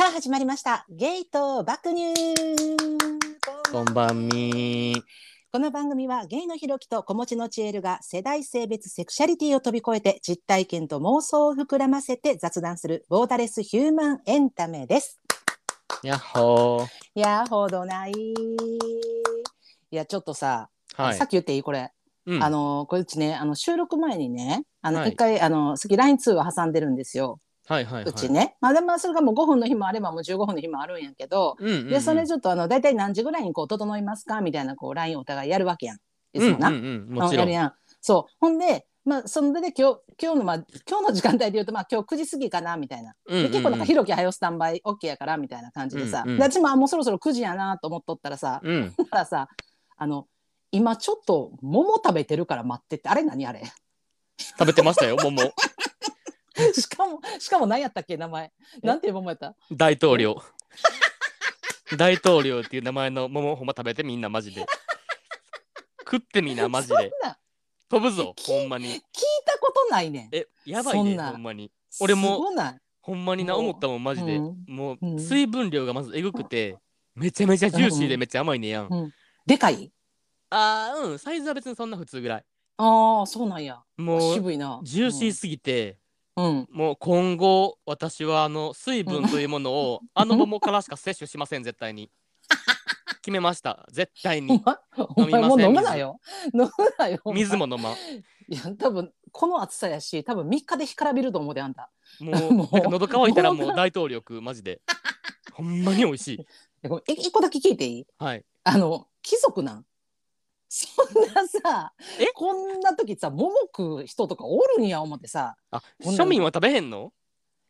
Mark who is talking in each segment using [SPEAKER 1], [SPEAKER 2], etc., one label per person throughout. [SPEAKER 1] あ始まりましたゲイと爆乳
[SPEAKER 2] こんばんみ
[SPEAKER 1] この番組はゲイのひろきと子持ちのチエルが世代性別セクシャリティを飛び越えて実体験と妄想を膨らませて雑談するボーダレスヒューマンエンタメです
[SPEAKER 2] やっほ
[SPEAKER 1] やーほどないいやちょっとさ、
[SPEAKER 2] ーはい
[SPEAKER 1] さっき言っていいこれ、
[SPEAKER 2] うん
[SPEAKER 1] あのこれうちねあの収録前にねあの
[SPEAKER 2] はい
[SPEAKER 1] 一回、あのさっき LINE 通話挟んでるんですよ、
[SPEAKER 2] はいはいはいう
[SPEAKER 1] ちね、まあ、でもそれがもう5分の日もあればもう15分の日もあるんやけど、
[SPEAKER 2] うんうんうん
[SPEAKER 1] でそれちょっとあの大体何時ぐらいにこう整いますかみたいなこう LINE お互いやるわけやん。いつもな。
[SPEAKER 2] うんうんうんもちろ
[SPEAKER 1] あのやる
[SPEAKER 2] ん
[SPEAKER 1] やんそうほんで、まあ、そので今日今日の、まあ、今日の時間帯で言うと、まあ、今日9時過ぎかなみたいな。
[SPEAKER 2] うん
[SPEAKER 1] で
[SPEAKER 2] うんうん
[SPEAKER 1] 結構なんか「ひろきはよスタンバイ OK やから」みたいな感じでさ、
[SPEAKER 2] うんうん
[SPEAKER 1] で私もあもうそろそろ9時やなと思っとったらさ、
[SPEAKER 2] うん
[SPEAKER 1] だからさあの今ちょっと桃食べてるから待ってってあれ何あれ
[SPEAKER 2] 食べてましたよ桃
[SPEAKER 1] しかもしかも何やったっけ名前なんていう桃やった
[SPEAKER 2] 大 統領大統領っていう名前の桃ほんま食べてみんなマジで食ってみんなマジ
[SPEAKER 1] そん
[SPEAKER 2] で
[SPEAKER 1] な
[SPEAKER 2] 飛ぶぞ
[SPEAKER 1] き
[SPEAKER 2] ほんまに
[SPEAKER 1] 聞いたことないねん
[SPEAKER 2] えやばいね
[SPEAKER 1] そんな
[SPEAKER 2] ほんまに俺も
[SPEAKER 1] すごない
[SPEAKER 2] ほんまにな
[SPEAKER 1] もう
[SPEAKER 2] 思ったもんマジで、
[SPEAKER 1] うん
[SPEAKER 2] も
[SPEAKER 1] うん
[SPEAKER 2] う水分量がまずえぐくて、めちゃめちゃジューシー
[SPEAKER 1] う
[SPEAKER 2] でめっちゃ甘いねやん、
[SPEAKER 1] うんでかい
[SPEAKER 2] あーうんサイズは別にそんな普通ぐらい
[SPEAKER 1] ああそうなんや
[SPEAKER 2] もう
[SPEAKER 1] 渋いな
[SPEAKER 2] ジューシーすぎて、
[SPEAKER 1] うん、うん
[SPEAKER 2] もう今後私はあの水分というものをあの桃からしか摂取しません 絶対に決めました絶対
[SPEAKER 1] お
[SPEAKER 2] に
[SPEAKER 1] 前お前
[SPEAKER 2] 飲みません
[SPEAKER 1] もう飲むなよ飲むなよお前
[SPEAKER 2] 水も飲まん
[SPEAKER 1] いや多分この暑さやし多分3日で干からびると思うであんた
[SPEAKER 2] も う
[SPEAKER 1] もう
[SPEAKER 2] なんか喉乾いたらも
[SPEAKER 1] もう
[SPEAKER 2] う大統領食うマジでほんまに美味しい
[SPEAKER 1] いやごめんえ一個だけ聞いていい
[SPEAKER 2] はい
[SPEAKER 1] あの貴族なんそんなさ
[SPEAKER 2] え
[SPEAKER 1] こんな時さ桃食う人とかおるんや思ってさ
[SPEAKER 2] あ
[SPEAKER 1] ほんなら
[SPEAKER 2] 庶民は食べへんの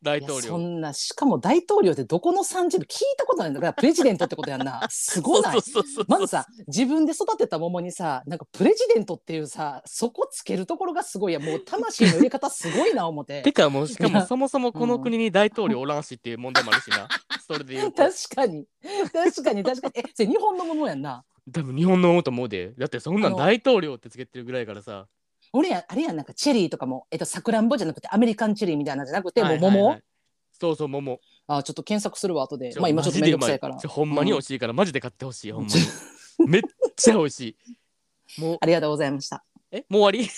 [SPEAKER 2] 大
[SPEAKER 1] いや
[SPEAKER 2] 統
[SPEAKER 1] そ
[SPEAKER 2] 領
[SPEAKER 1] んなしかも大統領ってどこの産地の聞いたことないんだからプレジデントってことやんなすごない
[SPEAKER 2] そうそうそうそう
[SPEAKER 1] まずさ自分で育てた桃にさなんかプレジデントっていうさそこつけるところがすごいやもう魂の入れ方すごいな思って
[SPEAKER 2] てかもうしか
[SPEAKER 1] いや
[SPEAKER 2] もそもそもこの国に大統領おらんしっていう問題もあるしなそれで言うと
[SPEAKER 1] 確かに確かに確かにえそれ日本のものやんな
[SPEAKER 2] 多分日本のものと思うでだってそんな
[SPEAKER 1] あ
[SPEAKER 2] ん
[SPEAKER 1] の
[SPEAKER 2] 大統領ってつけてるぐらいからさ
[SPEAKER 1] 俺やあれやんなんかチェリーとかもえっとさくらんぼじゃなくてアメリカンチェリーみたいなのじゃなくてもう桃、
[SPEAKER 2] はいはいはいそうそう桃
[SPEAKER 1] あちょっと検索するわ後で
[SPEAKER 2] ち
[SPEAKER 1] まあ今ちょっと
[SPEAKER 2] マ
[SPEAKER 1] めん
[SPEAKER 2] ジ
[SPEAKER 1] ど
[SPEAKER 2] でう
[SPEAKER 1] く
[SPEAKER 2] ま
[SPEAKER 1] さいから
[SPEAKER 2] ちょほんまに美味しいからマジで買ってほしいほんまにめっちゃ美味しいもう
[SPEAKER 1] ありがとうございました
[SPEAKER 2] えもう 終わり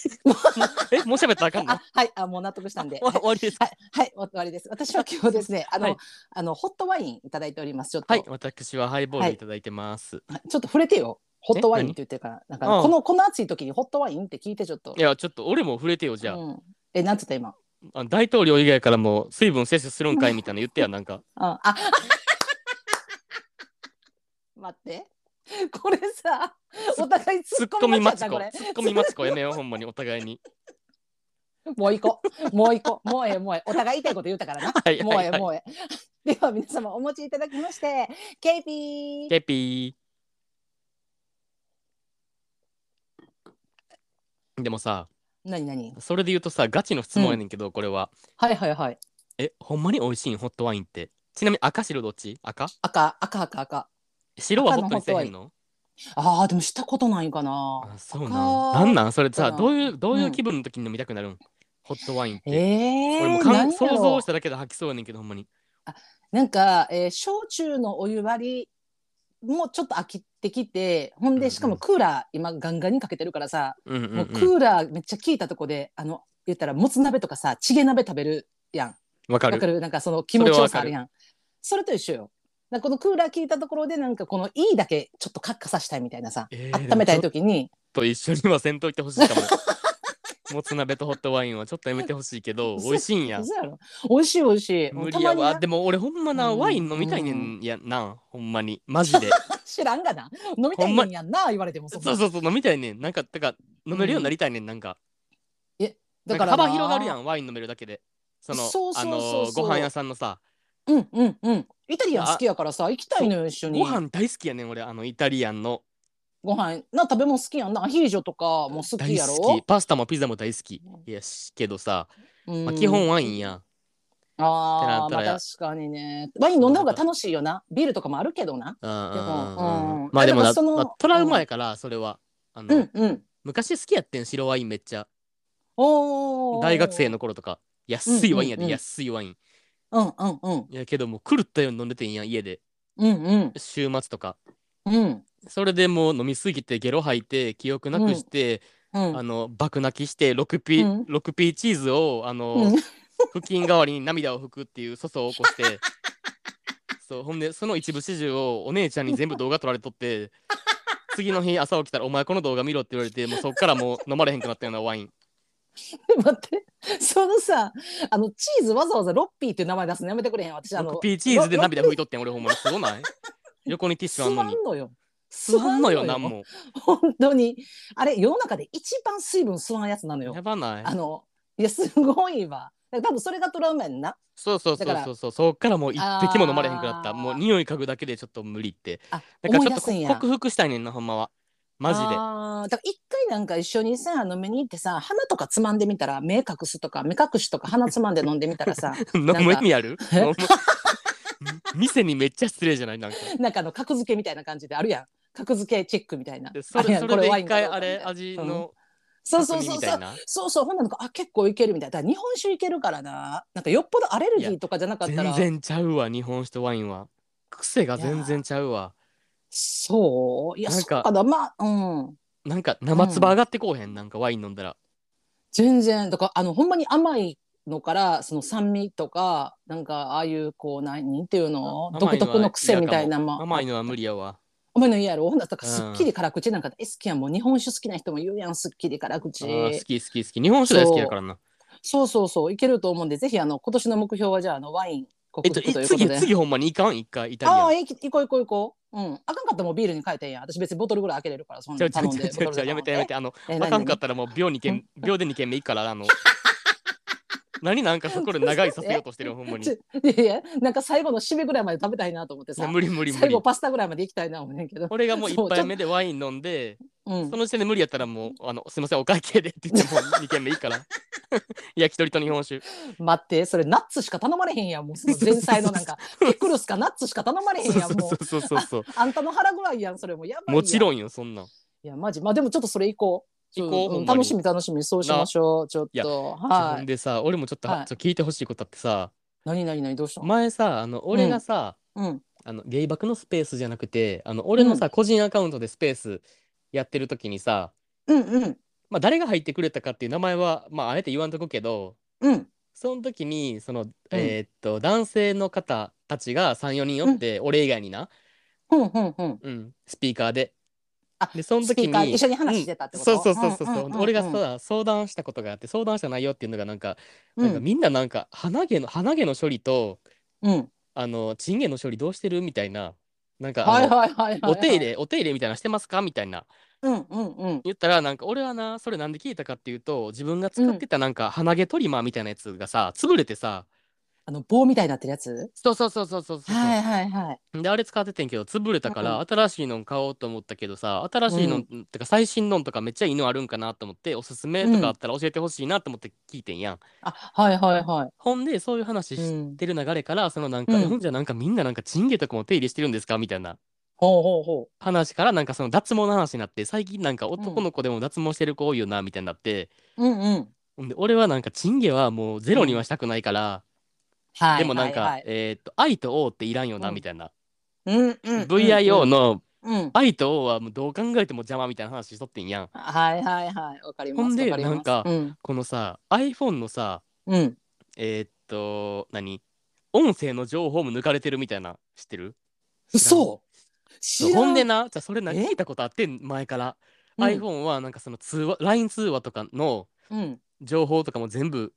[SPEAKER 2] えもう喋ったらあかんの
[SPEAKER 1] あはいあもう納得したん で
[SPEAKER 2] わ終わりです
[SPEAKER 1] はい、はい、お終わりです。私は今日ですね、あの、
[SPEAKER 2] はい
[SPEAKER 1] あのホットワインいただいております。ちょっと、
[SPEAKER 2] はい私はハイボールいただいてます、
[SPEAKER 1] ちょっと触れてよ。ホットワインって言ってるから、なんか
[SPEAKER 2] ああ
[SPEAKER 1] このこの暑い時にホットワインって聞いてちょっと。
[SPEAKER 2] い、やちょっと俺も触れてよじゃあ,、
[SPEAKER 1] うん、え、なんつった今。
[SPEAKER 2] あ大統領以外からも水分摂取するんかいみたいな言ってやなんか
[SPEAKER 1] あ、あ 待って。これさ、お互い
[SPEAKER 2] ツ
[SPEAKER 1] 突
[SPEAKER 2] ッ
[SPEAKER 1] っ
[SPEAKER 2] コ
[SPEAKER 1] 込
[SPEAKER 2] ミ
[SPEAKER 1] み間
[SPEAKER 2] マ
[SPEAKER 1] 違っ
[SPEAKER 2] チ
[SPEAKER 1] た
[SPEAKER 2] コ
[SPEAKER 1] こ
[SPEAKER 2] ツ
[SPEAKER 1] れ。
[SPEAKER 2] ッコミマチコやめようほんまにお互いに
[SPEAKER 1] もう行こう、もう行こう、もうええ、もうええ、お互い言いたいこと言うたからな。
[SPEAKER 2] はい
[SPEAKER 1] もう
[SPEAKER 2] は
[SPEAKER 1] え
[SPEAKER 2] い
[SPEAKER 1] え、
[SPEAKER 2] はい
[SPEAKER 1] もうええ。では皆様お持ちいただきまして、ケイピー。
[SPEAKER 2] ケピーでもさ
[SPEAKER 1] なになに。
[SPEAKER 2] それで言うとさガチの質問やねんけど、これは
[SPEAKER 1] はいはいはい。
[SPEAKER 2] えほんまに美味しいんホットワインってちなみに赤白どっち赤
[SPEAKER 1] 赤、赤、赤、赤。
[SPEAKER 2] 白はホットにせえへんの
[SPEAKER 1] ああ、でもしたことないんかな。
[SPEAKER 2] あそう
[SPEAKER 1] 赤
[SPEAKER 2] なんなんなんそれ
[SPEAKER 1] そう
[SPEAKER 2] さ
[SPEAKER 1] なん
[SPEAKER 2] どういうどういううん気分の時に飲みたくなるん、ホットワインって、
[SPEAKER 1] ええ
[SPEAKER 2] 俺も
[SPEAKER 1] ー、
[SPEAKER 2] かん
[SPEAKER 1] 何や
[SPEAKER 2] 想
[SPEAKER 1] ろ
[SPEAKER 2] 像
[SPEAKER 1] う
[SPEAKER 2] しただけで吐きそうやねんけどほんまに
[SPEAKER 1] なんか、えー焼酎のお湯割りもちょっと飽きてきてほん
[SPEAKER 2] うんう
[SPEAKER 1] で
[SPEAKER 2] ん
[SPEAKER 1] しかもクーラー今ガンガンにかけてるからさ、
[SPEAKER 2] うんうん、
[SPEAKER 1] もうク
[SPEAKER 2] う
[SPEAKER 1] ーラーめっちゃ効いたとこであの言ったらもつ鍋とかさチゲ鍋食べるやん
[SPEAKER 2] ん、わか
[SPEAKER 1] わか
[SPEAKER 2] る
[SPEAKER 1] るなんかその気持ちよさあるやんそれと一緒よなんかこのクーラー効いたところでなんかこのいいだけちょっとカッカさしたいみたいなさ、
[SPEAKER 2] えー
[SPEAKER 1] 温めたい時に
[SPEAKER 2] と一緒にはせんといてほしいかもも つ鍋とホットワインはちょっとやめてほしいけど美味しいんや
[SPEAKER 1] 嘘やろ美味しい美味しい
[SPEAKER 2] 無
[SPEAKER 1] た
[SPEAKER 2] 理
[SPEAKER 1] ま
[SPEAKER 2] や
[SPEAKER 1] にな
[SPEAKER 2] わでも俺ほんまな、
[SPEAKER 1] うん
[SPEAKER 2] ワイン飲みたいねんやなほんまにマジで
[SPEAKER 1] 知らんがな飲みたいねんやんな言われても
[SPEAKER 2] そ
[SPEAKER 1] ん
[SPEAKER 2] う
[SPEAKER 1] な
[SPEAKER 2] そうそう飲みたいねんなんかてか飲めるようになりたいねんなんか,、
[SPEAKER 1] だから
[SPEAKER 2] なんか幅広がるや
[SPEAKER 1] ん
[SPEAKER 2] んワイン飲めるだけでその
[SPEAKER 1] そうそうそうそう
[SPEAKER 2] あのご飯屋さんのさ
[SPEAKER 1] うんうんうん。イタリアン好きやからさ、行きたいのよ、一緒に。
[SPEAKER 2] ご飯大好きやねん俺あのイタリアンの
[SPEAKER 1] ご飯な、食べ物好きやんな。アヒージョとかも好き
[SPEAKER 2] 大
[SPEAKER 1] や
[SPEAKER 2] 好
[SPEAKER 1] ろ
[SPEAKER 2] き。パスタもピザも大好きいやしけどさ、
[SPEAKER 1] うん
[SPEAKER 2] まあ、基本ワインやん
[SPEAKER 1] あ
[SPEAKER 2] っ
[SPEAKER 1] ー、
[SPEAKER 2] て
[SPEAKER 1] ま
[SPEAKER 2] なったら
[SPEAKER 1] あ、確かにね。ワイン飲んだ方が楽しいよな。ビールとかもあるけどな。
[SPEAKER 2] あ
[SPEAKER 1] で
[SPEAKER 2] ー
[SPEAKER 1] もうん
[SPEAKER 2] まあでも
[SPEAKER 1] だ
[SPEAKER 2] な
[SPEAKER 1] からその
[SPEAKER 2] まあトラウマやからそれは、あ
[SPEAKER 1] う
[SPEAKER 2] の
[SPEAKER 1] んうん。
[SPEAKER 2] 昔好きやってん白ワインめっちゃ
[SPEAKER 1] おー
[SPEAKER 2] 大学生。の頃とか安いワインやで、
[SPEAKER 1] うんうんうん
[SPEAKER 2] 安いワイン
[SPEAKER 1] うんうんうん
[SPEAKER 2] いやけどもう狂ったように飲んでていいんや家で
[SPEAKER 1] うん
[SPEAKER 2] 週末とか
[SPEAKER 1] うんうん
[SPEAKER 2] それでもう飲みすぎてゲロ吐いて記憶なくして、
[SPEAKER 1] うん
[SPEAKER 2] あの爆泣きして 6P,、
[SPEAKER 1] うん
[SPEAKER 2] 6P チーズをあの、
[SPEAKER 1] うん
[SPEAKER 2] 腹筋代わりに涙を拭くっていう粗相を起こして そうほんでその一部始終をお姉ちゃんに全部動画撮られとって次の日朝起きたら「お前この動画見ろ」って言われてもうそっからもう飲まれへんくなったようなワイン
[SPEAKER 1] 待ってそのさあのチーズわざわざロッピーっていう名前出すのやめてくれへん私あの
[SPEAKER 2] 6P チーズで涙拭いとってん俺ほんまにす ごない横にティッシ
[SPEAKER 1] 吸
[SPEAKER 2] ュあんの
[SPEAKER 1] わ
[SPEAKER 2] に
[SPEAKER 1] んのよ
[SPEAKER 2] 吸わんのよなんも
[SPEAKER 1] 本当にあれ世の中で一番水分吸わんやつなのよ
[SPEAKER 2] やばない
[SPEAKER 1] あのいやすごいわだから多分それがトラウマやんな
[SPEAKER 2] そうそうそ
[SPEAKER 1] だ
[SPEAKER 2] う
[SPEAKER 1] から
[SPEAKER 2] そうそうそっからもう一滴も飲まれへんくなった
[SPEAKER 1] あー
[SPEAKER 2] もう匂い嗅ぐだけでちょっと無理って
[SPEAKER 1] あ
[SPEAKER 2] だから
[SPEAKER 1] 思
[SPEAKER 2] ち
[SPEAKER 1] い
[SPEAKER 2] ょっ
[SPEAKER 1] 出
[SPEAKER 2] と
[SPEAKER 1] すん
[SPEAKER 2] こ
[SPEAKER 1] や
[SPEAKER 2] 克服したいねんなほんまはマジで
[SPEAKER 1] あーだから一回なんか一緒にさ飲みに行ってさ鼻とかつまんでみたら目隠すとか目隠しとか鼻つまんで飲んでみたら さ
[SPEAKER 2] 飲
[SPEAKER 1] なんか
[SPEAKER 2] む意味ある
[SPEAKER 1] え
[SPEAKER 2] 飲む 店にめっちゃ失礼じゃな いなんか
[SPEAKER 1] なんかあの格付けみたいな感じであるやん格付けチェックみたいな
[SPEAKER 2] でそ
[SPEAKER 1] ある
[SPEAKER 2] れ
[SPEAKER 1] やん
[SPEAKER 2] そ
[SPEAKER 1] こ
[SPEAKER 2] れで
[SPEAKER 1] ワイ
[SPEAKER 2] 一
[SPEAKER 1] ンか
[SPEAKER 2] 回
[SPEAKER 1] どうか
[SPEAKER 2] あれ
[SPEAKER 1] みたいな
[SPEAKER 2] 味
[SPEAKER 1] うん
[SPEAKER 2] の
[SPEAKER 1] そうそう
[SPEAKER 2] 確認
[SPEAKER 1] そう
[SPEAKER 2] み
[SPEAKER 1] そう
[SPEAKER 2] たいな
[SPEAKER 1] そうそうほんなのかあ結構いけるみたいなだから日本酒いけるからななんかよっぽどアレルギーとかじゃなかった
[SPEAKER 2] 全
[SPEAKER 1] ら
[SPEAKER 2] 然ちゃうわ日本酒とワインは癖が全然ちゃうわ
[SPEAKER 1] そういや
[SPEAKER 2] なん
[SPEAKER 1] そ
[SPEAKER 2] か
[SPEAKER 1] うかなまあうん
[SPEAKER 2] なんか生唾上がってこうへん、なんかワイン飲んだら
[SPEAKER 1] 全然だからあのほんまに甘いのからその酸味とかなんかああいうこう何っていうの
[SPEAKER 2] あ
[SPEAKER 1] 独特の癖みたいなのも
[SPEAKER 2] 甘いのは無理やわ
[SPEAKER 1] 甘いの嫌やろほんだったら
[SPEAKER 2] うん
[SPEAKER 1] すっきり辛口なんか、え好きやんもう日本酒好きな人も言うやんすっきり辛
[SPEAKER 2] あー
[SPEAKER 1] 口
[SPEAKER 2] 好き好き好き日本酒大好きやからな
[SPEAKER 1] そうそうそういけると思うんでぜひあの今年の目標はじゃああのワイン
[SPEAKER 2] えっ
[SPEAKER 1] 克
[SPEAKER 2] と
[SPEAKER 1] 服ということ
[SPEAKER 2] 次
[SPEAKER 1] で、
[SPEAKER 2] 次ほんまに行かん一回イタリ
[SPEAKER 1] あ
[SPEAKER 2] アン
[SPEAKER 1] あい行こう行こう行こううんあかんかったらもうビールに変えてんや私別にボトルぐらい開けれるからそん
[SPEAKER 2] ち
[SPEAKER 1] な
[SPEAKER 2] ゃうちゃう
[SPEAKER 1] 頼ん
[SPEAKER 2] ちゃ
[SPEAKER 1] で
[SPEAKER 2] うちゃうちゃうやめてやめ
[SPEAKER 1] て
[SPEAKER 2] てあの
[SPEAKER 1] え
[SPEAKER 2] あかんかっ
[SPEAKER 1] った
[SPEAKER 2] らもう秒二件秒で二件目いくからあの何なんかそこで長いさせようとしてるほ んまに
[SPEAKER 1] いやいやなんか最後の締めぐらいまで食べたいなと思って
[SPEAKER 2] もう
[SPEAKER 1] さ
[SPEAKER 2] 無理無理無
[SPEAKER 1] 最
[SPEAKER 2] 理
[SPEAKER 1] 後パスタぐらいまで行きたいな思うねんけど
[SPEAKER 2] 俺がもう
[SPEAKER 1] そう
[SPEAKER 2] 一杯目でワイン飲んで
[SPEAKER 1] うん
[SPEAKER 2] その時点で無理やったらもうあのすいませんお会計でって言ってもう2軒目いいから 焼き鳥と日本酒
[SPEAKER 1] 待ってそれナッツしか頼まれへんやんも うその前菜のなんかピクルスかナッツしか頼まれへんやんもう
[SPEAKER 2] そうそうそ うそう
[SPEAKER 1] あんたの腹ぐらいやん、それもうやばいや
[SPEAKER 2] もちろ
[SPEAKER 1] ん。
[SPEAKER 2] んよそんなん
[SPEAKER 1] いや、マジ、まあ、でも、ちょっとそれ行こう。
[SPEAKER 2] 行こ
[SPEAKER 1] ち
[SPEAKER 2] う
[SPEAKER 1] ょ
[SPEAKER 2] ほ
[SPEAKER 1] ん
[SPEAKER 2] んまに
[SPEAKER 1] 楽しみ、楽しみ、そうしましょう。ちょっ
[SPEAKER 2] いや
[SPEAKER 1] と、
[SPEAKER 2] 自
[SPEAKER 1] は
[SPEAKER 2] 分
[SPEAKER 1] い。
[SPEAKER 2] でさ俺もちょっとは
[SPEAKER 1] はい
[SPEAKER 2] ちょっと聞いてほしいことあってさ
[SPEAKER 1] 何、何、何、どうしたの。
[SPEAKER 2] 前さあの俺がさ
[SPEAKER 1] うん、
[SPEAKER 2] あのゲイバクのスペースじゃなくてあの俺のさ個人アカウントでスペースやってる時にさ
[SPEAKER 1] うん、うん、
[SPEAKER 2] まあ誰が入ってくれたかっていう名前はまああえて言わんとこけど
[SPEAKER 1] うん、
[SPEAKER 2] その時にそのえーっと男性の方たちが34人おって俺以外にな
[SPEAKER 1] うん、うん、うん。
[SPEAKER 2] うん、スピーカーで
[SPEAKER 1] あ。
[SPEAKER 2] でその
[SPEAKER 1] スピ
[SPEAKER 2] 時
[SPEAKER 1] ーカー
[SPEAKER 2] に
[SPEAKER 1] 一緒に話してたってこと。
[SPEAKER 2] そうそうそうそう,、
[SPEAKER 1] んんんん
[SPEAKER 2] 俺がさ相談したことがあって相談した内容っていうのがなんか,、
[SPEAKER 1] う
[SPEAKER 2] なんか
[SPEAKER 1] ん、
[SPEAKER 2] みんななんか鼻毛の鼻毛の処理と
[SPEAKER 1] うん、
[SPEAKER 2] あのチンゲの処理どうしてるみたいななんかあの、
[SPEAKER 1] はい、はい、はい、はい。
[SPEAKER 2] お手入。れお手入れみたいなのしてますかみたいな
[SPEAKER 1] うん、うん、うん。
[SPEAKER 2] 言ったらなんか俺はなそれなんで聞いたかっていうと自分が使ってたなんか鼻毛トリマーみたいなやつがさ潰れてさ
[SPEAKER 1] あの棒みたいになってるやつ。
[SPEAKER 2] そうそうそうそうそうそう、
[SPEAKER 1] はい、はい、はい。
[SPEAKER 2] であれ使っててんけど潰れたから
[SPEAKER 1] う
[SPEAKER 2] 新しいのん買おうと思ったけどさ新しいのん、てか最新のんとかめっちゃいいのあるんかなと思っておすすめとかあったら教えてほしいなと思って聞いてんやん、
[SPEAKER 1] あ、はい、はい、は
[SPEAKER 2] ほんでそういう話
[SPEAKER 1] い。う
[SPEAKER 2] し
[SPEAKER 1] ん。
[SPEAKER 2] てる流れから、そのなんか、
[SPEAKER 1] うん
[SPEAKER 2] えほんじゃなんかみんななんかチンゲとかも手入れしてるんですかみたいな
[SPEAKER 1] ほう、ほう、ほ
[SPEAKER 2] 話からなんかその脱毛の話になって最近なんか男の子でも脱毛してる子多いよなみたいになって、
[SPEAKER 1] う。うん、うん。
[SPEAKER 2] ほんで俺はなんかチンゲはもうゼロにはしたくないから、
[SPEAKER 1] はい。
[SPEAKER 2] でもなんか、
[SPEAKER 1] はいはい
[SPEAKER 2] えーっと愛と O っていらんよなみたいな、
[SPEAKER 1] うん、うん。
[SPEAKER 2] VIO
[SPEAKER 1] の。
[SPEAKER 2] の
[SPEAKER 1] うん。
[SPEAKER 2] 愛と O はもうどう考えても邪魔みたいな話しとってんやん。
[SPEAKER 1] はい、はい、はい。わかります。
[SPEAKER 2] ほんで
[SPEAKER 1] わります
[SPEAKER 2] なんか
[SPEAKER 1] うん、
[SPEAKER 2] このさ iPhone のさ
[SPEAKER 1] うん。
[SPEAKER 2] えーっと何音声の情報も抜かれてるみたいな知ってる
[SPEAKER 1] 嘘
[SPEAKER 2] そう
[SPEAKER 1] 知らん
[SPEAKER 2] ほんでなじゃあそれな
[SPEAKER 1] え
[SPEAKER 2] 聞いたことあってん前から、
[SPEAKER 1] うん
[SPEAKER 2] iPhone はなんかその通話 LINE 通話とかの
[SPEAKER 1] うん
[SPEAKER 2] 情報とかも全部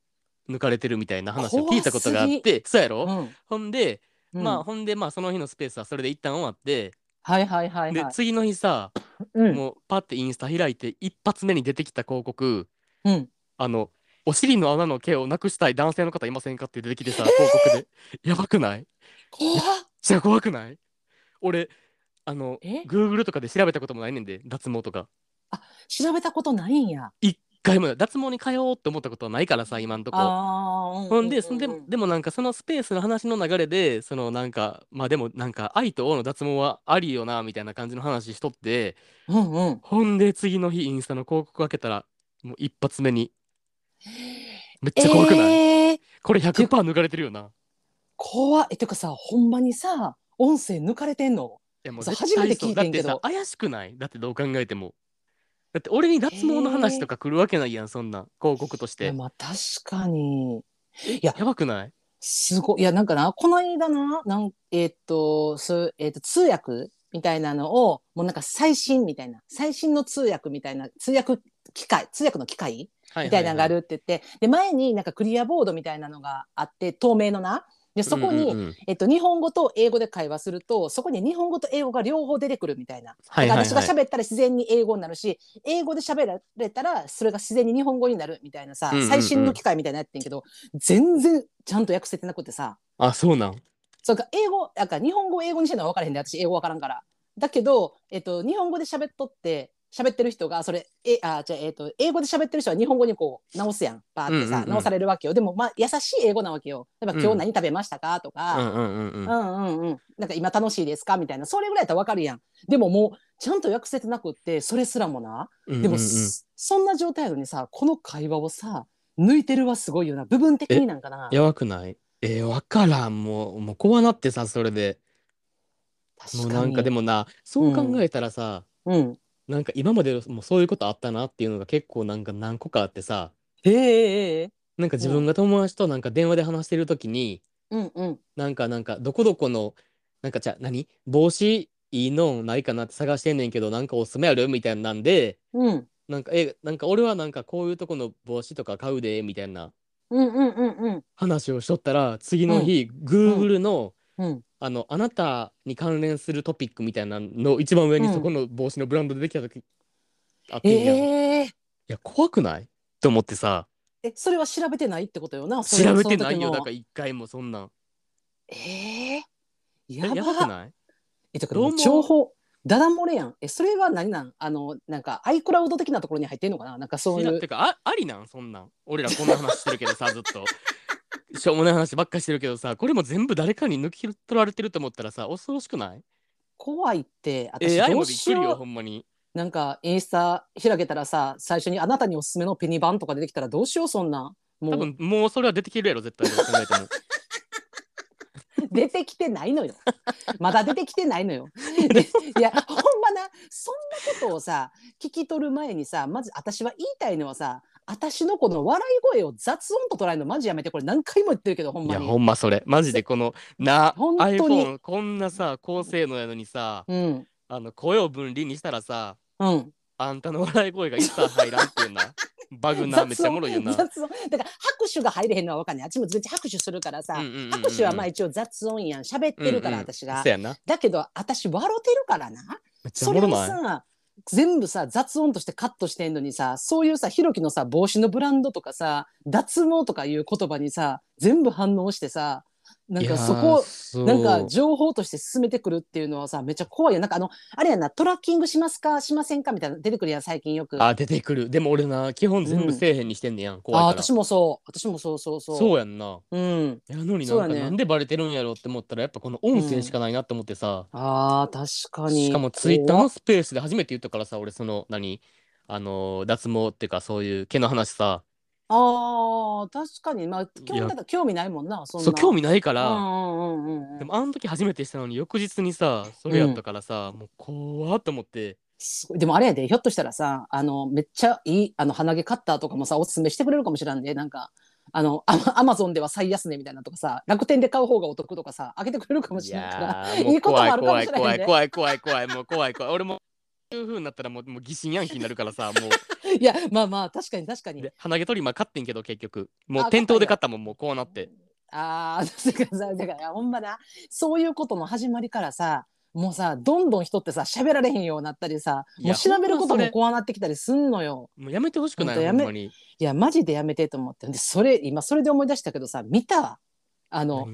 [SPEAKER 2] 抜かれてるみたいな話を聞いたことがあってそうやろ、
[SPEAKER 1] うん
[SPEAKER 2] ほんで、
[SPEAKER 1] うん
[SPEAKER 2] まあほんでまあその日のスペースはそれで一旦終わって、
[SPEAKER 1] はいはいはいは
[SPEAKER 2] で
[SPEAKER 1] い
[SPEAKER 2] 次の日さ、
[SPEAKER 1] うん
[SPEAKER 2] もうパッてインスタ開いて一発目に出てきた広告
[SPEAKER 1] うん
[SPEAKER 2] あの、お尻の穴の毛をなくしたい男性の方いませんかって出てきてさ、広告で。やばくない
[SPEAKER 1] 怖っ
[SPEAKER 2] じゃあ怖くない俺、あの、
[SPEAKER 1] え
[SPEAKER 2] Google とかで調べたこともないねんで、脱毛とか。
[SPEAKER 1] 調べたことないんや
[SPEAKER 2] 一回も脱毛に通おうって思ったことはないからさ、今んとこ。
[SPEAKER 1] あー
[SPEAKER 2] ほん
[SPEAKER 1] う
[SPEAKER 2] で、そんで
[SPEAKER 1] うう
[SPEAKER 2] でもなんかそのスペースの話の流れで、そのなんか、まあでもなんか愛と王の脱毛はありよな、みたいな感じの話しとって、
[SPEAKER 1] うんうん
[SPEAKER 2] ほんで次の日インスタの広告開けたら、もう一発目に。めっちゃ怖くない、
[SPEAKER 1] えー
[SPEAKER 2] これ100%抜かれてるよな。
[SPEAKER 1] 怖い。え、てかさ、ほんまにさ、音声抜かれてんの
[SPEAKER 2] やもう
[SPEAKER 1] そう
[SPEAKER 2] 絶
[SPEAKER 1] 初
[SPEAKER 2] 対
[SPEAKER 1] めて聞いてんけど
[SPEAKER 2] そうだってさ怪しくないだってどう考えてもだって俺に脱毛の話とか来るわけないやんそんな広告とし
[SPEAKER 1] いや、
[SPEAKER 2] て
[SPEAKER 1] まあ確かに。
[SPEAKER 2] やばくない
[SPEAKER 1] すごい。いや、なんかな、この間な、なんえーっと、そう、えーっと、通訳みたいなのを、もうなんか最新みたいな、最新の通訳みたいな、通訳機械、通訳の機械みたいなのがあるって言って、で、前になんかクリアボードみたいなのがあって、透明のな。で、そこに、
[SPEAKER 2] うんうんうん
[SPEAKER 1] えっと、日本語と英語で会話すると、そこに日本語と英語が両方出てくるみたいな。
[SPEAKER 2] はいはいはい
[SPEAKER 1] だから私が喋ったら自然に英語になるし、英語で喋られたら、それが自然に日本語になるみたいなさ、
[SPEAKER 2] うんうんうん
[SPEAKER 1] 最新の機械みたいなのやってんけど、全然ちゃんと訳せてなくてさ、
[SPEAKER 2] あそうなん
[SPEAKER 1] それから英語、なんか日本語を英語にしてるのは分からへんで、私英語分からんから。だけど、えっと、日本語で喋っとって、喋ってる人が、それ、え、あ、じゃあえっと、英語で喋ってる人は日本語にこう、直すやん。バーってさ、
[SPEAKER 2] うんうんうん
[SPEAKER 1] 直されるわけよ。でも、まあ、優しい英語なわけよ。例えば、今
[SPEAKER 2] う
[SPEAKER 1] 日
[SPEAKER 2] ん
[SPEAKER 1] 何食べましたかとか、
[SPEAKER 2] うんうんうんうん
[SPEAKER 1] うんうんうん、なんか今楽しいですかみたいなそれぐらいやったらわかるやんでももうちゃんと訳せてなくってそれすらもな
[SPEAKER 2] うん
[SPEAKER 1] でも、
[SPEAKER 2] うんうん
[SPEAKER 1] そそんな状態やのにさこの会話をさ抜いてるはすごいよな部分的になんかな
[SPEAKER 2] やばくないえー、わからんもうもう怖なってさそれでもう
[SPEAKER 1] 確かに
[SPEAKER 2] なんかでもなそう考えたらさ、
[SPEAKER 1] うん
[SPEAKER 2] なんか今までもうそういうことあったなっていうのが結構なんか何個かあってさ
[SPEAKER 1] ええええ
[SPEAKER 2] なんか自分が友達となんか電話で話してる時に、
[SPEAKER 1] うんうん
[SPEAKER 2] なんかなんかどこどこのなんかじゃあ何帽子いいのないかなって探してんねんけどなんかおすすめあるみたいなんで
[SPEAKER 1] うん
[SPEAKER 2] なんかえなんか俺はなんかこういうとこの帽子とか買うでみたいな
[SPEAKER 1] うんうんうんうん
[SPEAKER 2] 話をしとったら次の日 Google の
[SPEAKER 1] うん
[SPEAKER 2] あのあなたに関連するトピックみたいなの一番上にそこの帽子のブランド出てきた時あってんやんい
[SPEAKER 1] ええ
[SPEAKER 2] や怖くないと思ってさ
[SPEAKER 1] えそれは調べてないってことよなそれ
[SPEAKER 2] 調べてないよ
[SPEAKER 1] その時の
[SPEAKER 2] だから一回もそんなん
[SPEAKER 1] ええ
[SPEAKER 2] え
[SPEAKER 1] やば
[SPEAKER 2] やばくない
[SPEAKER 1] え、だか
[SPEAKER 2] ど
[SPEAKER 1] ら
[SPEAKER 2] うも
[SPEAKER 1] 情報、だだ漏れやん。え、それは何なんあの、なんか、iCloud 的なところに入ってんのかななんかそうい
[SPEAKER 2] いや
[SPEAKER 1] う
[SPEAKER 2] て。かあありなんそんなん俺らこんな話してるけどさずっと しょうもない話ばっかしてるけどさこれも全部誰かに抜き取られてると思ったらさ恐ろしくない
[SPEAKER 1] 怖いって、私
[SPEAKER 2] AI
[SPEAKER 1] ど
[SPEAKER 2] も
[SPEAKER 1] う
[SPEAKER 2] びっ
[SPEAKER 1] し
[SPEAKER 2] くりよ
[SPEAKER 1] よ
[SPEAKER 2] ほ
[SPEAKER 1] う。
[SPEAKER 2] んまに
[SPEAKER 1] なんか、インスタ開けたらさ、最初にあなたにおすすめのペニバンとか出てきたらどうしよう、そんなん。も
[SPEAKER 2] 多
[SPEAKER 1] う
[SPEAKER 2] 分もうそれは出てきてるやろ絶対どう考えても
[SPEAKER 1] 出てきてないのよ。まだ出てきてないの よ。でいや、ほんまな、そんなことをさ、聞き取る前にさ、まず私は言いたいのはさ、私のこの笑い声を雑音と捉えるのマジやめて、これ何回も言ってるけど、ほん
[SPEAKER 2] い
[SPEAKER 1] ま
[SPEAKER 2] や
[SPEAKER 1] に。
[SPEAKER 2] ほんまそれマジでこのな
[SPEAKER 1] 本当に
[SPEAKER 2] iPhone こんなさ高性能やのにさ
[SPEAKER 1] うん。
[SPEAKER 2] あの声を分離にしたらさ
[SPEAKER 1] うん。
[SPEAKER 2] あんたの笑い声が一切入らんっていう なバグなめっちゃおもろいよな
[SPEAKER 1] 雑音雑音だから拍手が入れへんのはわかんないあっちも別に拍手するからさ、
[SPEAKER 2] うんうんうんうん
[SPEAKER 1] 拍手はまあ一応雑音やん喋ってるから
[SPEAKER 2] うんうん
[SPEAKER 1] 私が、
[SPEAKER 2] そやな
[SPEAKER 1] だけど私笑ってるからな
[SPEAKER 2] めっち
[SPEAKER 1] そ
[SPEAKER 2] ゃおも
[SPEAKER 1] れ
[SPEAKER 2] ろ
[SPEAKER 1] を
[SPEAKER 2] ない
[SPEAKER 1] さ全部さ雑音としてカットしてんのにさそういうさひろきのさ帽子のブランドとかさ脱毛とかいう言葉にさ全部反応してさなんかそこを
[SPEAKER 2] を
[SPEAKER 1] なんか情報として進めてくるっていうのはさめっちゃ怖いよなんかあのあれやなトラッキングしますかしませんかみたいなの出てくるやん最近よく
[SPEAKER 2] あ出てくるでも俺な基本全
[SPEAKER 1] うん
[SPEAKER 2] 部せえへんにしてんねやん、怖
[SPEAKER 1] あ
[SPEAKER 2] いから
[SPEAKER 1] 私もそう私もそうそうそう
[SPEAKER 2] そうやんな
[SPEAKER 1] うん
[SPEAKER 2] やのに
[SPEAKER 1] そ
[SPEAKER 2] な
[SPEAKER 1] うんやね
[SPEAKER 2] かなんでバレてるんやろって思ったらやっぱこの音声しかないなって思ってさ、
[SPEAKER 1] あー確かに
[SPEAKER 2] しかもツイッターのスペースで初めて言ったからさ俺その何あのー脱毛っていうかそういう毛の話さ
[SPEAKER 1] あー確かにまあ興
[SPEAKER 2] い
[SPEAKER 1] 味
[SPEAKER 2] や
[SPEAKER 1] だったら興味ないもんなそんな
[SPEAKER 2] そう興味ないか
[SPEAKER 1] う
[SPEAKER 2] ら、
[SPEAKER 1] んうんうんうん
[SPEAKER 2] でもあの時初めてしたのに翌日にさそれやったからさ、もう怖っと思って
[SPEAKER 1] すごいでもあれやでひょっとしたらさあのめっちゃいいあの鼻毛カッターとかもさおすすめしてくれるかもしれんでなんかあのアマアマゾンでは最安値みたいなとかさ楽天で買う方がお得とかさあげてくれるかもしれないから
[SPEAKER 2] いやーも う
[SPEAKER 1] いいことも
[SPEAKER 2] 怖い
[SPEAKER 1] あるかも
[SPEAKER 2] 怖
[SPEAKER 1] し
[SPEAKER 2] い
[SPEAKER 1] れへんね
[SPEAKER 2] 怖い怖い怖い怖いもう怖い怖い俺もこういう風になったらもうもう疑心暗鬼になるからさもう
[SPEAKER 1] いやまあまあ確かに確かに
[SPEAKER 2] で鼻毛トリマー買ってんけど結局
[SPEAKER 1] あ
[SPEAKER 2] もう
[SPEAKER 1] 買ったんや
[SPEAKER 2] 店頭で買ったもんもうこうなって
[SPEAKER 1] ああ、だからさ、だからほんまな、そういうことの始まりからさ、もうさ、どんどん人ってさ、喋られへんようになったりさ、
[SPEAKER 2] い
[SPEAKER 1] もう
[SPEAKER 2] や
[SPEAKER 1] 調べること
[SPEAKER 2] ほんまそ
[SPEAKER 1] も
[SPEAKER 2] れ
[SPEAKER 1] 怖なってきたりすんのよ。
[SPEAKER 2] もうやめてほしくない
[SPEAKER 1] ほんと
[SPEAKER 2] ほ
[SPEAKER 1] や
[SPEAKER 2] ん
[SPEAKER 1] め
[SPEAKER 2] まに
[SPEAKER 1] いや、マジでやめてと思って。で、それ、今それで思い出したけどさ、見たわあの、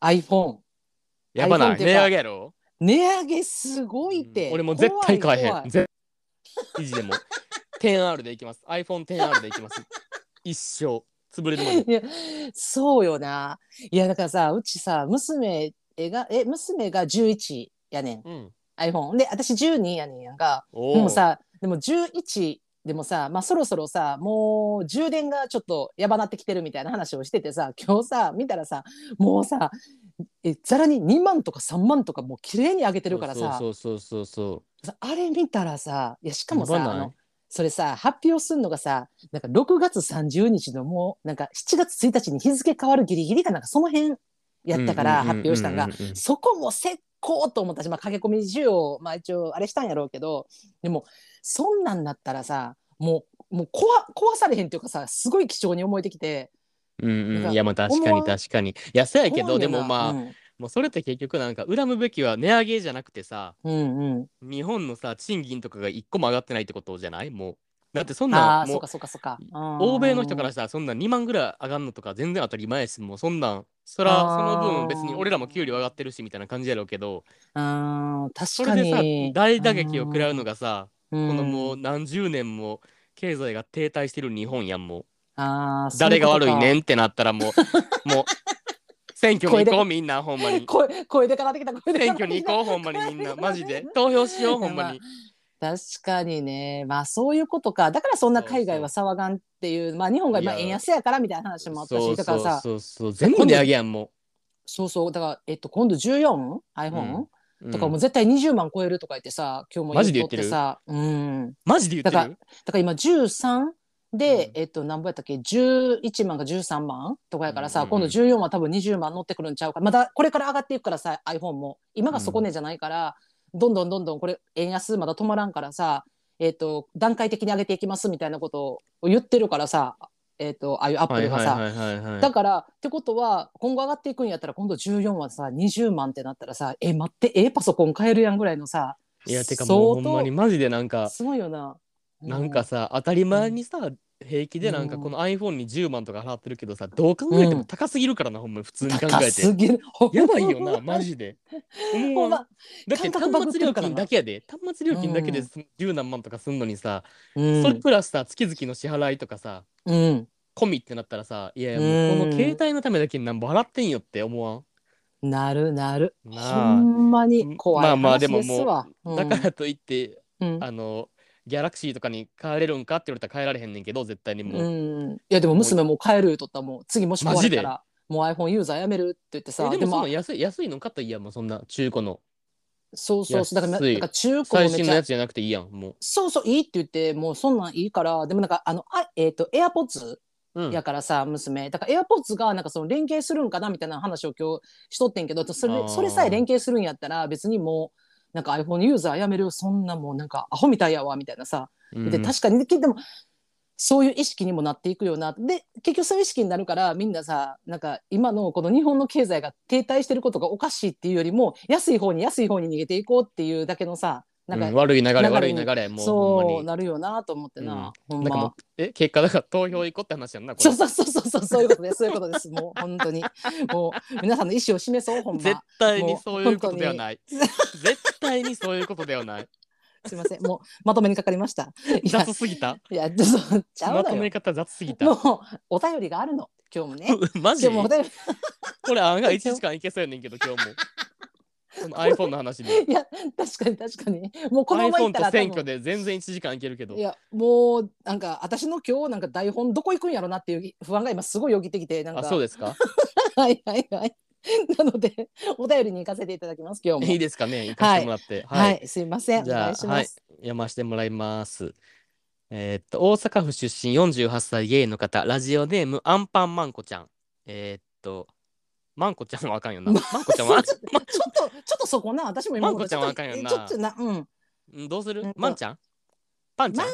[SPEAKER 2] 何
[SPEAKER 1] iPhone。
[SPEAKER 2] やばな
[SPEAKER 1] iPhone
[SPEAKER 2] い
[SPEAKER 1] で
[SPEAKER 2] 値
[SPEAKER 1] か
[SPEAKER 2] 上げやろ
[SPEAKER 1] 値上げすごいって。
[SPEAKER 2] うん俺もう絶対
[SPEAKER 1] 怖
[SPEAKER 2] 買
[SPEAKER 1] い
[SPEAKER 2] えへ
[SPEAKER 1] 怖
[SPEAKER 2] ん
[SPEAKER 1] い
[SPEAKER 2] 絶維持でも 10R でいきます iPhone10R でいきます一生潰れるまで
[SPEAKER 1] いやそうよな。いや、だからさ、うちさ、娘が、え、娘が11やねん。
[SPEAKER 2] うん
[SPEAKER 1] iPhone。で、私12やねんやんか。
[SPEAKER 2] おー
[SPEAKER 1] でもさでも11でもさ、まあ、そろそろさもう充電がちょっとやばなってきてるみたいな話をしててさ今日さ見たらさもうさえざらに2万とか3万とかもう綺麗に上げてるからさ
[SPEAKER 2] そうそうそうそう
[SPEAKER 1] さあれ見たらさいやしかも
[SPEAKER 2] やば
[SPEAKER 1] さ
[SPEAKER 2] な
[SPEAKER 1] あ
[SPEAKER 2] い
[SPEAKER 1] のそれさ発表するのがさなんか6月30日のもうなんか7月1日に日付変わるギリギリかなんかその辺
[SPEAKER 2] そう
[SPEAKER 1] やったから発表したんが
[SPEAKER 2] ううううん
[SPEAKER 1] そこもせっこうと思ったし、まあ、駆け込み需要、まあ、一応あれしたんやろうけどでもそんなんだったらさもうもう壊壊されへんっていうかさすごい貴重に思えてきて
[SPEAKER 2] うん
[SPEAKER 1] なん
[SPEAKER 2] うん
[SPEAKER 1] か
[SPEAKER 2] いやまあ確か
[SPEAKER 1] 思
[SPEAKER 2] に
[SPEAKER 1] わん
[SPEAKER 2] 確かにいやそうやけど
[SPEAKER 1] 思う
[SPEAKER 2] で
[SPEAKER 1] よな
[SPEAKER 2] もまあ、
[SPEAKER 1] うん
[SPEAKER 2] もうそれって結局なんか恨むべきは値上げじゃなくてさ
[SPEAKER 1] うんうん
[SPEAKER 2] 日本のさ賃金とかが一個も上がってないってことじゃないもうだってそん
[SPEAKER 1] あ
[SPEAKER 2] な
[SPEAKER 1] あ
[SPEAKER 2] ん
[SPEAKER 1] そう
[SPEAKER 2] もう
[SPEAKER 1] かそうかそうか
[SPEAKER 2] 欧米の人かららしたらそんな2万ぐらい上がんのとか全然当たり前やしもうそんなんそ
[SPEAKER 1] あ
[SPEAKER 2] ら
[SPEAKER 1] ー
[SPEAKER 2] その分別に俺らも給料上がってるしみたいな感じやろうけど
[SPEAKER 1] あー
[SPEAKER 2] そ
[SPEAKER 1] 確
[SPEAKER 2] れ
[SPEAKER 1] か
[SPEAKER 2] でさ
[SPEAKER 1] に
[SPEAKER 2] 大打撃を食らうのがさ
[SPEAKER 1] こ
[SPEAKER 2] このもう何十年も経済が停滞してる日本やんもう
[SPEAKER 1] あー
[SPEAKER 2] 誰が悪いね
[SPEAKER 1] ん
[SPEAKER 2] んってなったらもう もう選挙に行こうみんなほんまに
[SPEAKER 1] 声声でかなってきた声で
[SPEAKER 2] 選
[SPEAKER 1] かな
[SPEAKER 2] 挙
[SPEAKER 1] って
[SPEAKER 2] に
[SPEAKER 1] きた
[SPEAKER 2] 行こうほんまにみんなマジで投票しようほんまに
[SPEAKER 1] 確かにねまあそういうことかだからそんな海外は騒がんっていうまあ日本がまあ
[SPEAKER 2] いや
[SPEAKER 1] 円安やからみたいな話もあったしだからさ
[SPEAKER 2] そうそうそう全部値上げやんも
[SPEAKER 1] そうそうだからえっと今度 14iPhone、
[SPEAKER 2] う、うん
[SPEAKER 1] とかもう絶対20万超えるとか言ってさ今日も
[SPEAKER 2] マジで
[SPEAKER 1] 言うとってさうん
[SPEAKER 2] マジで言って
[SPEAKER 1] だか
[SPEAKER 2] る
[SPEAKER 1] だから今13で、
[SPEAKER 2] うん
[SPEAKER 1] えっと何ぼやったっけ11万か13万とかやからさ、
[SPEAKER 2] うんうん
[SPEAKER 1] 今度14は多分20万乗ってくるんちゃうかまだこれから上がっていくからさ iPhone も今が底値じゃないから、どんどんどんどんこれ円安まだ止まらんからさえっ、と段階的に上げていきますみたいなことを言ってるからさえっ、とああいうアップ
[SPEAKER 2] はい
[SPEAKER 1] ルが
[SPEAKER 2] はい
[SPEAKER 1] さ、
[SPEAKER 2] はいはいはい
[SPEAKER 1] だからってことは今後上がっていくんやったら今度14はさ20万ってなったらさえ待ってえパソコン買えるやんぐらいのさ
[SPEAKER 2] いやてかもうほ
[SPEAKER 1] 相
[SPEAKER 2] ん
[SPEAKER 1] 当
[SPEAKER 2] まにマジでなんか
[SPEAKER 1] すごいよな。
[SPEAKER 2] なんかさ当たり前にさ平気でなんか
[SPEAKER 1] うん
[SPEAKER 2] この iPhone に10万とか払ってるけどさどう考えても高すぎるからなほんまに普通に考
[SPEAKER 1] 高
[SPEAKER 2] え
[SPEAKER 1] す
[SPEAKER 2] て
[SPEAKER 1] ぎる。
[SPEAKER 2] やばい よなマジで
[SPEAKER 1] ほ
[SPEAKER 2] 思
[SPEAKER 1] ん
[SPEAKER 2] わん
[SPEAKER 1] ま
[SPEAKER 2] だって
[SPEAKER 1] 感覚バグ
[SPEAKER 2] 端
[SPEAKER 1] って
[SPEAKER 2] 末
[SPEAKER 1] る
[SPEAKER 2] 料
[SPEAKER 1] からな
[SPEAKER 2] 金だけやで端末料金だけで
[SPEAKER 1] うん
[SPEAKER 2] 十何万とかすんのにさ
[SPEAKER 1] うん
[SPEAKER 2] それプラスさ月々の支払いとかさ
[SPEAKER 1] うん
[SPEAKER 2] 込みってなったらさいやいやもうこの携帯のためだけに何ぼ払ってんよって思わん
[SPEAKER 1] なるなる。ほ
[SPEAKER 2] なあ
[SPEAKER 1] んまに怖い
[SPEAKER 2] まあまあ
[SPEAKER 1] 話
[SPEAKER 2] でも
[SPEAKER 1] ですわ。
[SPEAKER 2] だからといって
[SPEAKER 1] うん、うん
[SPEAKER 2] あのギャラクシーとかに帰れるんかって言われたら帰られへんねんけど絶対にもう、
[SPEAKER 1] うん、いやでも娘もう帰るとったらもう次もし
[SPEAKER 2] マ
[SPEAKER 1] 壊
[SPEAKER 2] ジ
[SPEAKER 1] れ
[SPEAKER 2] で
[SPEAKER 1] たらもう iPhone ユーザーやめるって言ってさ
[SPEAKER 2] えでもその
[SPEAKER 1] あ
[SPEAKER 2] 安い安いの買ったらいいやんもうそんな中古の
[SPEAKER 1] そうそうそうだから
[SPEAKER 2] 安い
[SPEAKER 1] なんか中古も
[SPEAKER 2] 最
[SPEAKER 1] めっ
[SPEAKER 2] 新
[SPEAKER 1] ち
[SPEAKER 2] の
[SPEAKER 1] ゃ
[SPEAKER 2] やつじゃなくていいやんも
[SPEAKER 1] そうそういいって言ってもうそんなんいいからでもなんかあのあえっ、と AirPods
[SPEAKER 2] う、うん、
[SPEAKER 1] やからさ、娘だから AirPods がなんかその連携するんかなみたいな話を今日しとってんけどそ
[SPEAKER 2] あー
[SPEAKER 1] れそれさえ連携するんやったら別にもうなんか iPhone ユーザーやめるよそんなもうなんかアホみたいやわみたいなさ
[SPEAKER 2] うん
[SPEAKER 1] で確かにでもそういう意識にもなっていくよなで結局そういう意識になるからみんなさなんか今のこの日本の経済が停滞してることがおかしいっていうよりも安い方に安い方に逃げていこうっていうだけのさなんか、
[SPEAKER 2] うん悪い流
[SPEAKER 1] 流
[SPEAKER 2] れ
[SPEAKER 1] れに
[SPEAKER 2] 悪い流れもうほ
[SPEAKER 1] そうん
[SPEAKER 2] ま
[SPEAKER 1] なるよなと思ってな、ほ
[SPEAKER 2] に
[SPEAKER 1] ん
[SPEAKER 2] なんかもう
[SPEAKER 1] ま。
[SPEAKER 2] え結果だから投票行こうって話やんなこ
[SPEAKER 1] そ
[SPEAKER 2] れ
[SPEAKER 1] うそうそうそうそうそういうことですそういうことですもう本当にもう皆さんの意思を示そうほん
[SPEAKER 2] 絶
[SPEAKER 1] ま
[SPEAKER 2] 対にそういうことではない絶対にそういうことではない
[SPEAKER 1] すいませんもうまとめにかかりましたいや
[SPEAKER 2] 雑すぎた
[SPEAKER 1] いやちょっとちゃう
[SPEAKER 2] まと
[SPEAKER 1] の
[SPEAKER 2] め
[SPEAKER 1] よ
[SPEAKER 2] 方雑すぎた
[SPEAKER 1] もうお便りがあるの今日もね
[SPEAKER 2] マジ
[SPEAKER 1] 今日もお便り
[SPEAKER 2] これ案外1時間いけそうやねんけど今日もこの iPhone の話で
[SPEAKER 1] いや確かに確かにもうこのままい
[SPEAKER 2] iPhone
[SPEAKER 1] った
[SPEAKER 2] と
[SPEAKER 1] ら
[SPEAKER 2] 選
[SPEAKER 1] 多分
[SPEAKER 2] 挙で全然1時間いけるけど
[SPEAKER 1] いやもうなんか私の今日なんか台本どこ行くんやろなっていう不安が今すごいよぎってきてなんか
[SPEAKER 2] あそうで すか
[SPEAKER 1] はいはいはいなのでお便りに行かせていただきます今日も
[SPEAKER 2] いいですかね行かせてもらって
[SPEAKER 1] は
[SPEAKER 2] はい
[SPEAKER 1] い、すいませんお
[SPEAKER 2] じゃあ
[SPEAKER 1] 願いします、
[SPEAKER 2] 読ませてもらいます。えーっと、大阪府出身48歳ゲイの方、ラジオネームアンパンマンコちゃん。えーっと、マンコちゃんはあかん よな。マンコちゃんはあか
[SPEAKER 1] ちょっと、ちょっと、ちょっとそこな、私も今
[SPEAKER 2] マンコちゃんはあかんよな
[SPEAKER 1] ちょっとな、うん、
[SPEAKER 2] ん。どうす
[SPEAKER 1] う
[SPEAKER 2] る
[SPEAKER 1] んと
[SPEAKER 2] マンちゃんパンちゃん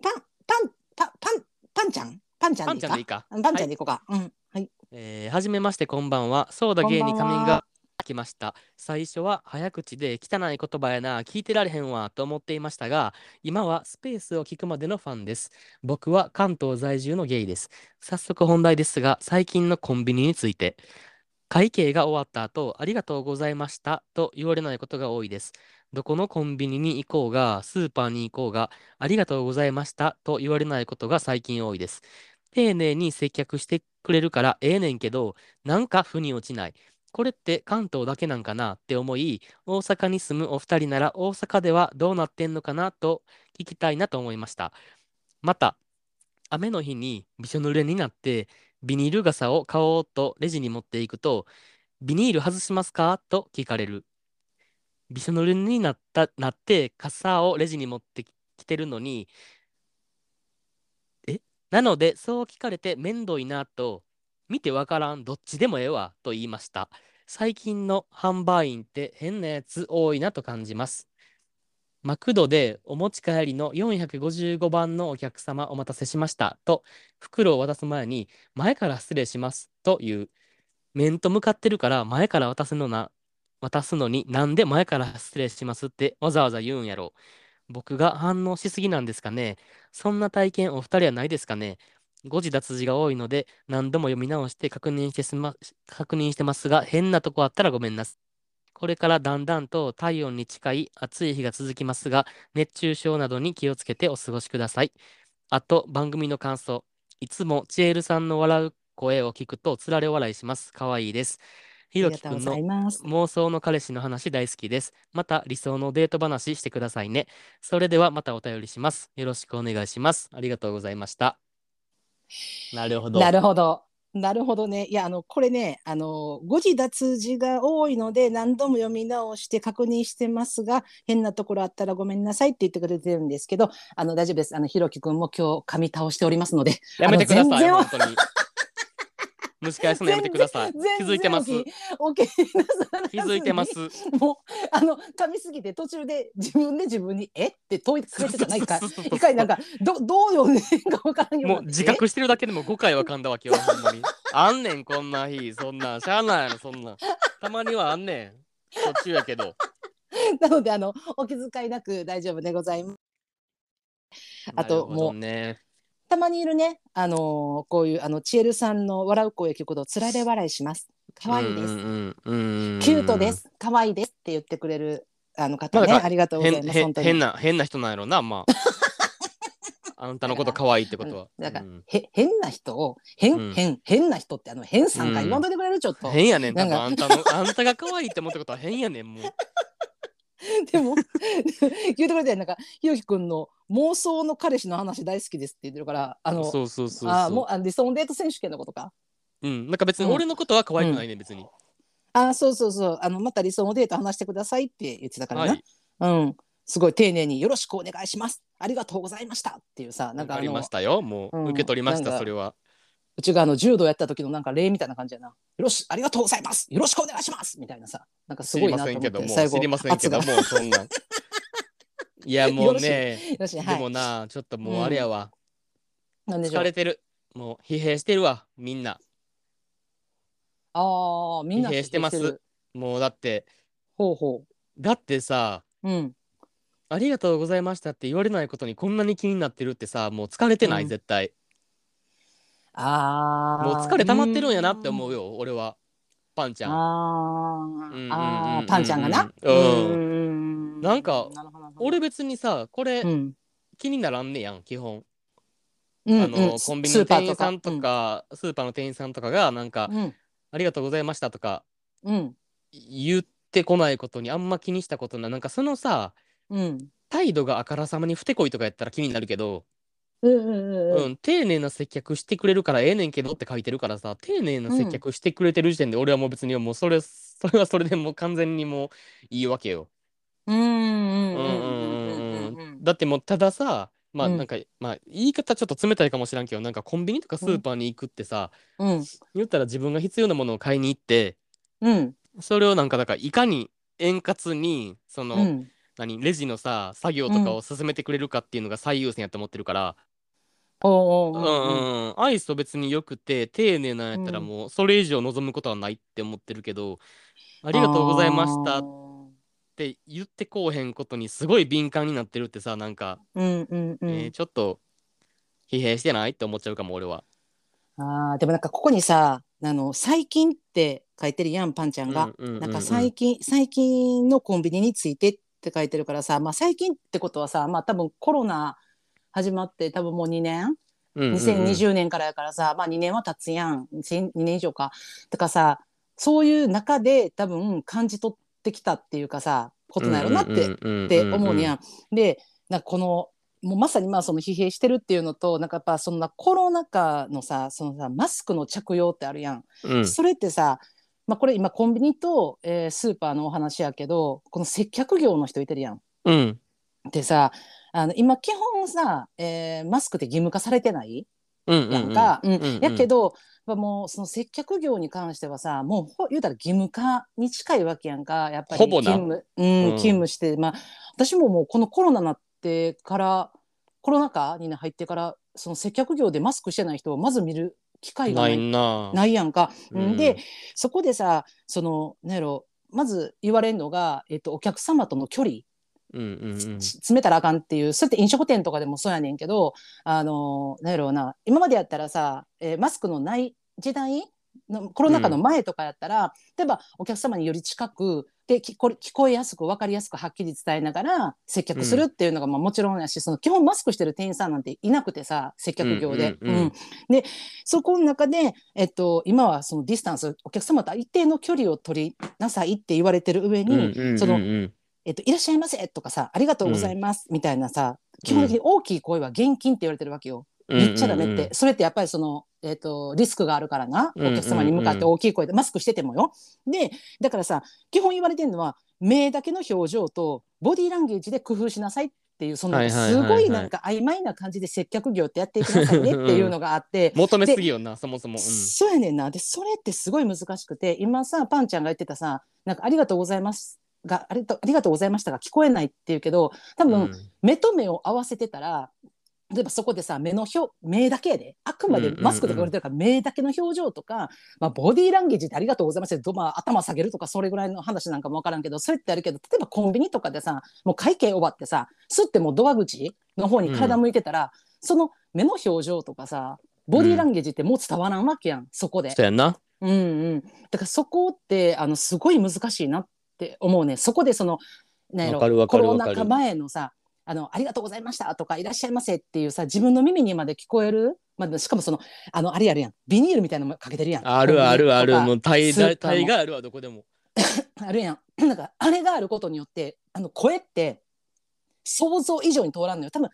[SPEAKER 1] パン、パン、パン、パン、パンちゃん、パンちゃ
[SPEAKER 2] パ
[SPEAKER 1] ん
[SPEAKER 2] ンち
[SPEAKER 1] でい
[SPEAKER 2] ゃ
[SPEAKER 1] いか
[SPEAKER 2] んでいい。か。
[SPEAKER 1] パンちゃんでいこうか。うん、はい。
[SPEAKER 2] えーはじめましてこんばんは。そうだゲイに
[SPEAKER 1] こん
[SPEAKER 2] カ
[SPEAKER 1] ばんは
[SPEAKER 2] ミングアウト来ました。最初は早口で汚い言葉やな、聞いてられへんわと思っていましたが、今はスペースを聞くまでのファンです。僕は関東在住のゲイです。早速本題ですが、最近のコンビニについて。会計が終わった後、ありがとうございましたと言われないことが多いです。どこのコンビニに行こうが、スーパーに行こうが、ありがとうございましたと言われないことが最近多いです。丁寧に接客してくれるからええねんけど、なんか腑に落ちない。これって関東だけなんかなって思い、大阪に住むお二人なら大阪ではどうなってんのかなと聞きたいなと思いました。また、雨の日にびしょ濡れになって、ビニール傘を買おうとレジに持っていくと、ビニール外しますかと聞かれる。びしょ濡れになったなって傘をレジに持ってききてるのにえなのでそう聞かれて面倒いなと見てわからんどっちでもええわと言いました。最近の販売員って変なやつ多いなと感じます。マクドでお持ち帰りの455番のお客様お待たせしましたと袋を渡す前に前から失礼しますという面と向かってるから前から渡すのな渡すのになんで前から失礼しますってわざわざ言うんやろ僕が反応しすぎなんですかねそんな体験お二人はないですかね誤字脱字が多いので何度も読み直して確認してすま確認してますが変なとこあったらごめんなさいこれからだんだんと体温に近い暑い日が続きますが熱中症などに気をつけてお過ごしくださいあと番組の感想いつもチエルさんの笑う声を聞くとつられ笑いしますかわいいですひ
[SPEAKER 1] り
[SPEAKER 2] ろ
[SPEAKER 1] が
[SPEAKER 2] き
[SPEAKER 1] と
[SPEAKER 2] く
[SPEAKER 1] うご
[SPEAKER 2] んの
[SPEAKER 1] ざいます。
[SPEAKER 2] 妄想の彼氏の話大好きです。また理想のデート話してくださいね。それではまたお便りします。よろしくお願いします。ありがとうございました。なるほど。
[SPEAKER 1] なるほど。なるほどね。いや、あの、これね、あの、誤字脱字が多いので、何度も読み直して確認してますが、変なところあったらごめんなさいって言ってくれてるんですけど、あの、大丈夫です。あの、ひろきくんも今日噛み倒しておりますので、
[SPEAKER 2] やめてくだ
[SPEAKER 1] あの
[SPEAKER 2] さい、
[SPEAKER 1] 全然
[SPEAKER 2] 本当に。蒸し返すのやめてください。気
[SPEAKER 1] 全
[SPEAKER 2] づいてます。
[SPEAKER 1] 然お気 OK なさらずに
[SPEAKER 2] 気づいてま。す。
[SPEAKER 1] もう、あの、噛みすぎて途中で自分で自分に、えって問いかけてたないか。一回なんか、ど、どう読んでいいかわからんように
[SPEAKER 2] も
[SPEAKER 1] なって
[SPEAKER 2] う自覚してるだけでも5回は噛んだわけよ、ほんまに。あんねん、こんな日。そんなん、しゃあないの、そんなん。たまにはあんねん。途中やけど。
[SPEAKER 1] なので、あの、お気遣いなく大丈夫でございます。あと
[SPEAKER 2] なるほどね。
[SPEAKER 1] たまにいるね、あのーこういう、あの、ちえるさんの笑う声聞くと、つられ笑いします。可愛いです。
[SPEAKER 2] す
[SPEAKER 1] キュートで。す。可愛いですって言ってくれる、あの方
[SPEAKER 2] まあ
[SPEAKER 1] ね、
[SPEAKER 2] だから
[SPEAKER 1] ありがとうござい
[SPEAKER 2] 変
[SPEAKER 1] ます。
[SPEAKER 2] 変
[SPEAKER 1] 本当
[SPEAKER 2] 変
[SPEAKER 1] に。
[SPEAKER 2] な変な人なんやろなまあ あんたのこと可愛いってことは
[SPEAKER 1] だから
[SPEAKER 2] うん
[SPEAKER 1] へ、変な人を、変、
[SPEAKER 2] うん
[SPEAKER 1] 変、変な人って、あの、変さんか
[SPEAKER 2] うん
[SPEAKER 1] 言わんといてくれる、ちょっと。
[SPEAKER 2] 変やねん多分あ
[SPEAKER 1] なん
[SPEAKER 2] たのあんたが可愛いって思ったことは変やねんもう
[SPEAKER 1] でも、 言ってくれて、なんか、ひろきくんの妄想の彼氏の話大好きですって言ってるから、あの、
[SPEAKER 2] そうそうそう
[SPEAKER 1] あーも
[SPEAKER 2] そう
[SPEAKER 1] あの理想のデート選手権のことか。
[SPEAKER 2] ううんなんか別に俺のことは可愛くないねん別に
[SPEAKER 1] あーそうそうそうあのまた理想のデート話してくださいって言ってたから
[SPEAKER 2] は
[SPEAKER 1] な、
[SPEAKER 2] い
[SPEAKER 1] うんすごい丁寧に「よろしくお願いしますありがとうございました」っていうさな
[SPEAKER 2] わ
[SPEAKER 1] んか
[SPEAKER 2] か
[SPEAKER 1] あ
[SPEAKER 2] り
[SPEAKER 1] の
[SPEAKER 2] ましたよも
[SPEAKER 1] うん
[SPEAKER 2] う受け取りまし
[SPEAKER 1] なん
[SPEAKER 2] た
[SPEAKER 1] か
[SPEAKER 2] それは
[SPEAKER 1] うちがあの柔道やった時のなんか礼みたいな感じやな「よろしありがとうございますよろしくお願いします」みたいなさなんかす
[SPEAKER 2] 知
[SPEAKER 1] ご
[SPEAKER 2] り
[SPEAKER 1] い
[SPEAKER 2] ま
[SPEAKER 1] なと思
[SPEAKER 2] せ
[SPEAKER 1] っ
[SPEAKER 2] ん
[SPEAKER 1] て
[SPEAKER 2] けども
[SPEAKER 1] 最後
[SPEAKER 2] 知りませんけども
[SPEAKER 1] 圧が
[SPEAKER 2] そんなん いやもうね
[SPEAKER 1] よろしい
[SPEAKER 2] で
[SPEAKER 1] はい
[SPEAKER 2] もなちょっともうあれやわ
[SPEAKER 1] なんでしょ
[SPEAKER 2] 疲
[SPEAKER 1] う
[SPEAKER 2] れてるもう疲弊してるわみんな
[SPEAKER 1] ああみんな
[SPEAKER 2] 疲弊してます
[SPEAKER 1] る
[SPEAKER 2] もうだって
[SPEAKER 1] ほうほ
[SPEAKER 2] だってさ
[SPEAKER 1] ううん
[SPEAKER 2] ありがとうございましたって言われないことにこんなに気になってるってさもう疲れてない、
[SPEAKER 1] うん
[SPEAKER 2] 絶対
[SPEAKER 1] ああ
[SPEAKER 2] もう疲れ溜まってるんやなって思うよ俺はパンちゃん
[SPEAKER 1] あー、
[SPEAKER 2] うん
[SPEAKER 1] あ
[SPEAKER 2] うん
[SPEAKER 1] ーパンちゃんがな
[SPEAKER 2] うん
[SPEAKER 1] ん
[SPEAKER 2] なんか
[SPEAKER 1] なるほどなるほど
[SPEAKER 2] 俺別にさこれ
[SPEAKER 1] うん
[SPEAKER 2] 気にならんねやん基本、
[SPEAKER 1] うん
[SPEAKER 2] あの
[SPEAKER 1] うん
[SPEAKER 2] コンビニ
[SPEAKER 1] ス
[SPEAKER 2] の
[SPEAKER 1] ーパ
[SPEAKER 2] 店
[SPEAKER 1] ー
[SPEAKER 2] 員さんと
[SPEAKER 1] うん
[SPEAKER 2] かスーパーの店員さんとかがなんか、
[SPEAKER 1] うん
[SPEAKER 2] ありがとうございましたとか
[SPEAKER 1] うん
[SPEAKER 2] 言ってこないことにあんま気にしたことないなんかそのさ
[SPEAKER 1] うん
[SPEAKER 2] 態度があからさまにふてこいとかやったら気になるけど、
[SPEAKER 1] うんうんう
[SPEAKER 2] う
[SPEAKER 1] んんうん
[SPEAKER 2] 丁寧な接客してくれるからええねんけどって書いてるからさ丁寧な接客してくれてる時点で俺はもう別にもうそれそれはそれでもう完全にもういいわけよ。
[SPEAKER 1] うんう
[SPEAKER 2] う
[SPEAKER 1] んん
[SPEAKER 2] う
[SPEAKER 1] うんんうんんうん
[SPEAKER 2] うう
[SPEAKER 1] ん
[SPEAKER 2] う
[SPEAKER 1] うんん
[SPEAKER 2] だってもうたださまあ
[SPEAKER 1] うん
[SPEAKER 2] なんか、まあ言い方ちょっと冷たいかもしらんけどなんかコンビニとかスーパーに行くってさ、
[SPEAKER 1] うん
[SPEAKER 2] 言ったら自分が必要なものを買いに行って
[SPEAKER 1] うん
[SPEAKER 2] それをなんかだからいかに円滑にその、
[SPEAKER 1] うん
[SPEAKER 2] 何レジのさ作業とかを進めてくれるかっていうのが最優先やと思ってるから。
[SPEAKER 1] おう
[SPEAKER 2] う
[SPEAKER 1] おうおうお
[SPEAKER 2] んう
[SPEAKER 1] うん
[SPEAKER 2] うん、アイスと別によくて丁寧なんやったら
[SPEAKER 1] うん
[SPEAKER 2] もうそれ以上望むことはないって思ってるけど、ありがとうございました
[SPEAKER 1] あ
[SPEAKER 2] っ
[SPEAKER 1] ー
[SPEAKER 2] て言ってこうへんことにすごい敏感になってるってさなんか、
[SPEAKER 1] うんうんう
[SPEAKER 2] え
[SPEAKER 1] ん、
[SPEAKER 2] ーちょっと疲弊してないって思っちゃうかも俺は。
[SPEAKER 1] あーでもなんかここにさあの最近って書いてるやんパンちゃんが、
[SPEAKER 2] うううう
[SPEAKER 1] なんか最近最近のコンビニについてって書いてるからさ、まあ、最近ってことはさ、まあ、多分コロナ始まって多分もう2年
[SPEAKER 2] うんうんうん
[SPEAKER 1] 2020年からやからさ、まあ2年は経つやん2年以上かだからさそういう中で多分感じ取ってきたっていうかさことなんやろなってって思うにゃん。でなんかこのもうまさにまあその疲弊してるっていうのとなんかやっぱそんなコロナ禍のさそのさマスクの着用ってあるやん、
[SPEAKER 2] うんうんうんうん
[SPEAKER 1] それってさまあ、これ今コンビニと、えースーパーのお話やけどこの接客業の人いてるやん。
[SPEAKER 2] うん。
[SPEAKER 1] でさあの今基本さ、えーマスクって義務化されてない
[SPEAKER 2] うんうん
[SPEAKER 1] や
[SPEAKER 2] うんん。
[SPEAKER 1] か、うん
[SPEAKER 2] うんうん
[SPEAKER 1] やけど、まあ、もうその接客業に関してはさもうほ言うたら義務化に近いわけやんかやっぱり
[SPEAKER 2] ほぼな
[SPEAKER 1] 勤務,、うん
[SPEAKER 2] うん
[SPEAKER 1] 勤務して、まあ、私ももうこのコロナになってからコロナ禍に入ってからその接客業でマスクしてない人をまず見る機会が
[SPEAKER 2] な
[SPEAKER 1] ないい
[SPEAKER 2] な。
[SPEAKER 1] ないやんか。
[SPEAKER 2] うん
[SPEAKER 1] でそこでさそのなんやろまず言われるのが、えっと、お客様との距離
[SPEAKER 2] うんうんうん。
[SPEAKER 1] つ詰めたらあかんっていうそうやって飲食店とかでもそうやねんけどあのなんやろうな今までやったらさ、えーマスクのない時代のコロナ禍の前とかやったら、例えばお客様により近くできこれ聞こえやすく分かりやすくはっきり伝えながら接客するっていうのが、まあ、もちろんやしその基本マスクしてる店員さんなんていなくてさ接客業で。
[SPEAKER 2] うんうんうん
[SPEAKER 1] うんでそこの中で、えっと、今はそのディスタンスお客様と一定の距離を取りなさいって言われてる上に、
[SPEAKER 2] うんうん
[SPEAKER 1] その
[SPEAKER 2] うんうん
[SPEAKER 1] えっと、いらっしゃいませとかさ、ありがとうございますみたいなさ、基本的に大きい声は現金って言われてるわけよ。言っちゃダメって、
[SPEAKER 2] うんうんうん
[SPEAKER 1] それってやっぱりその、えっと、リスクがあるからな、
[SPEAKER 2] うんうんうん
[SPEAKER 1] お客様に向かって大きい声で、マスクしててもよ。で、だからさ、基本言われてるのは、目だけの表情とボディーランゲージで工夫しなさいっていう、そ
[SPEAKER 2] は
[SPEAKER 1] の
[SPEAKER 2] いはいはい
[SPEAKER 1] す
[SPEAKER 2] はい
[SPEAKER 1] ごいなんか曖昧な感じで接客業ってやっていきなさいねっていうのがあって、
[SPEAKER 2] 求めすぎよな、そもそも。
[SPEAKER 1] そうやねんな。で、それってすごい難しくて、今さ、パンちゃんが言ってたさ、なんかありがとうございますが、ありがとありがとうございましたが聞こえないって言うけど、多
[SPEAKER 2] うん
[SPEAKER 1] 分、目と目を合わせてたら、例えばそこでさ、目の表、目だけやで、あくまで
[SPEAKER 2] うんうんうん
[SPEAKER 1] マスクとか言われてるから、目だけの表情とか、まあ、ボディーランゲージでありがとうございますってど、まあ、頭下げるとか、それぐらいの話なんかもわからんけど、それってあるけど、例えばコンビニとかでさ、もう会計終わってさ、すってもうドア口の方に体向いてたら、その目の表情とかさ、ボディーランゲージってもう伝わらんわけやん、そこで。
[SPEAKER 2] そうやんな。
[SPEAKER 1] うんうん、だからそこってあのすごい難しいなって思うねそこでそのなんやろ
[SPEAKER 2] わかるわか
[SPEAKER 1] コ
[SPEAKER 2] る
[SPEAKER 1] ロ
[SPEAKER 2] わか
[SPEAKER 1] ナ
[SPEAKER 2] る
[SPEAKER 1] 禍前のさ「あのありがとうございました」とか「いらっしゃいませ」っていうさ自分の耳にまで聞こえる、まあ、しかもそのあのあれやるやんビニールみたいなのもかけてるやん
[SPEAKER 2] あるあるある。
[SPEAKER 1] コンビニとか
[SPEAKER 2] もう大
[SPEAKER 1] スー
[SPEAKER 2] 大
[SPEAKER 1] パーも
[SPEAKER 2] 大があるわ、どこでも。
[SPEAKER 1] あるやん。 なんかあれがあることによってあの声って想像以上に通らんのよ。多分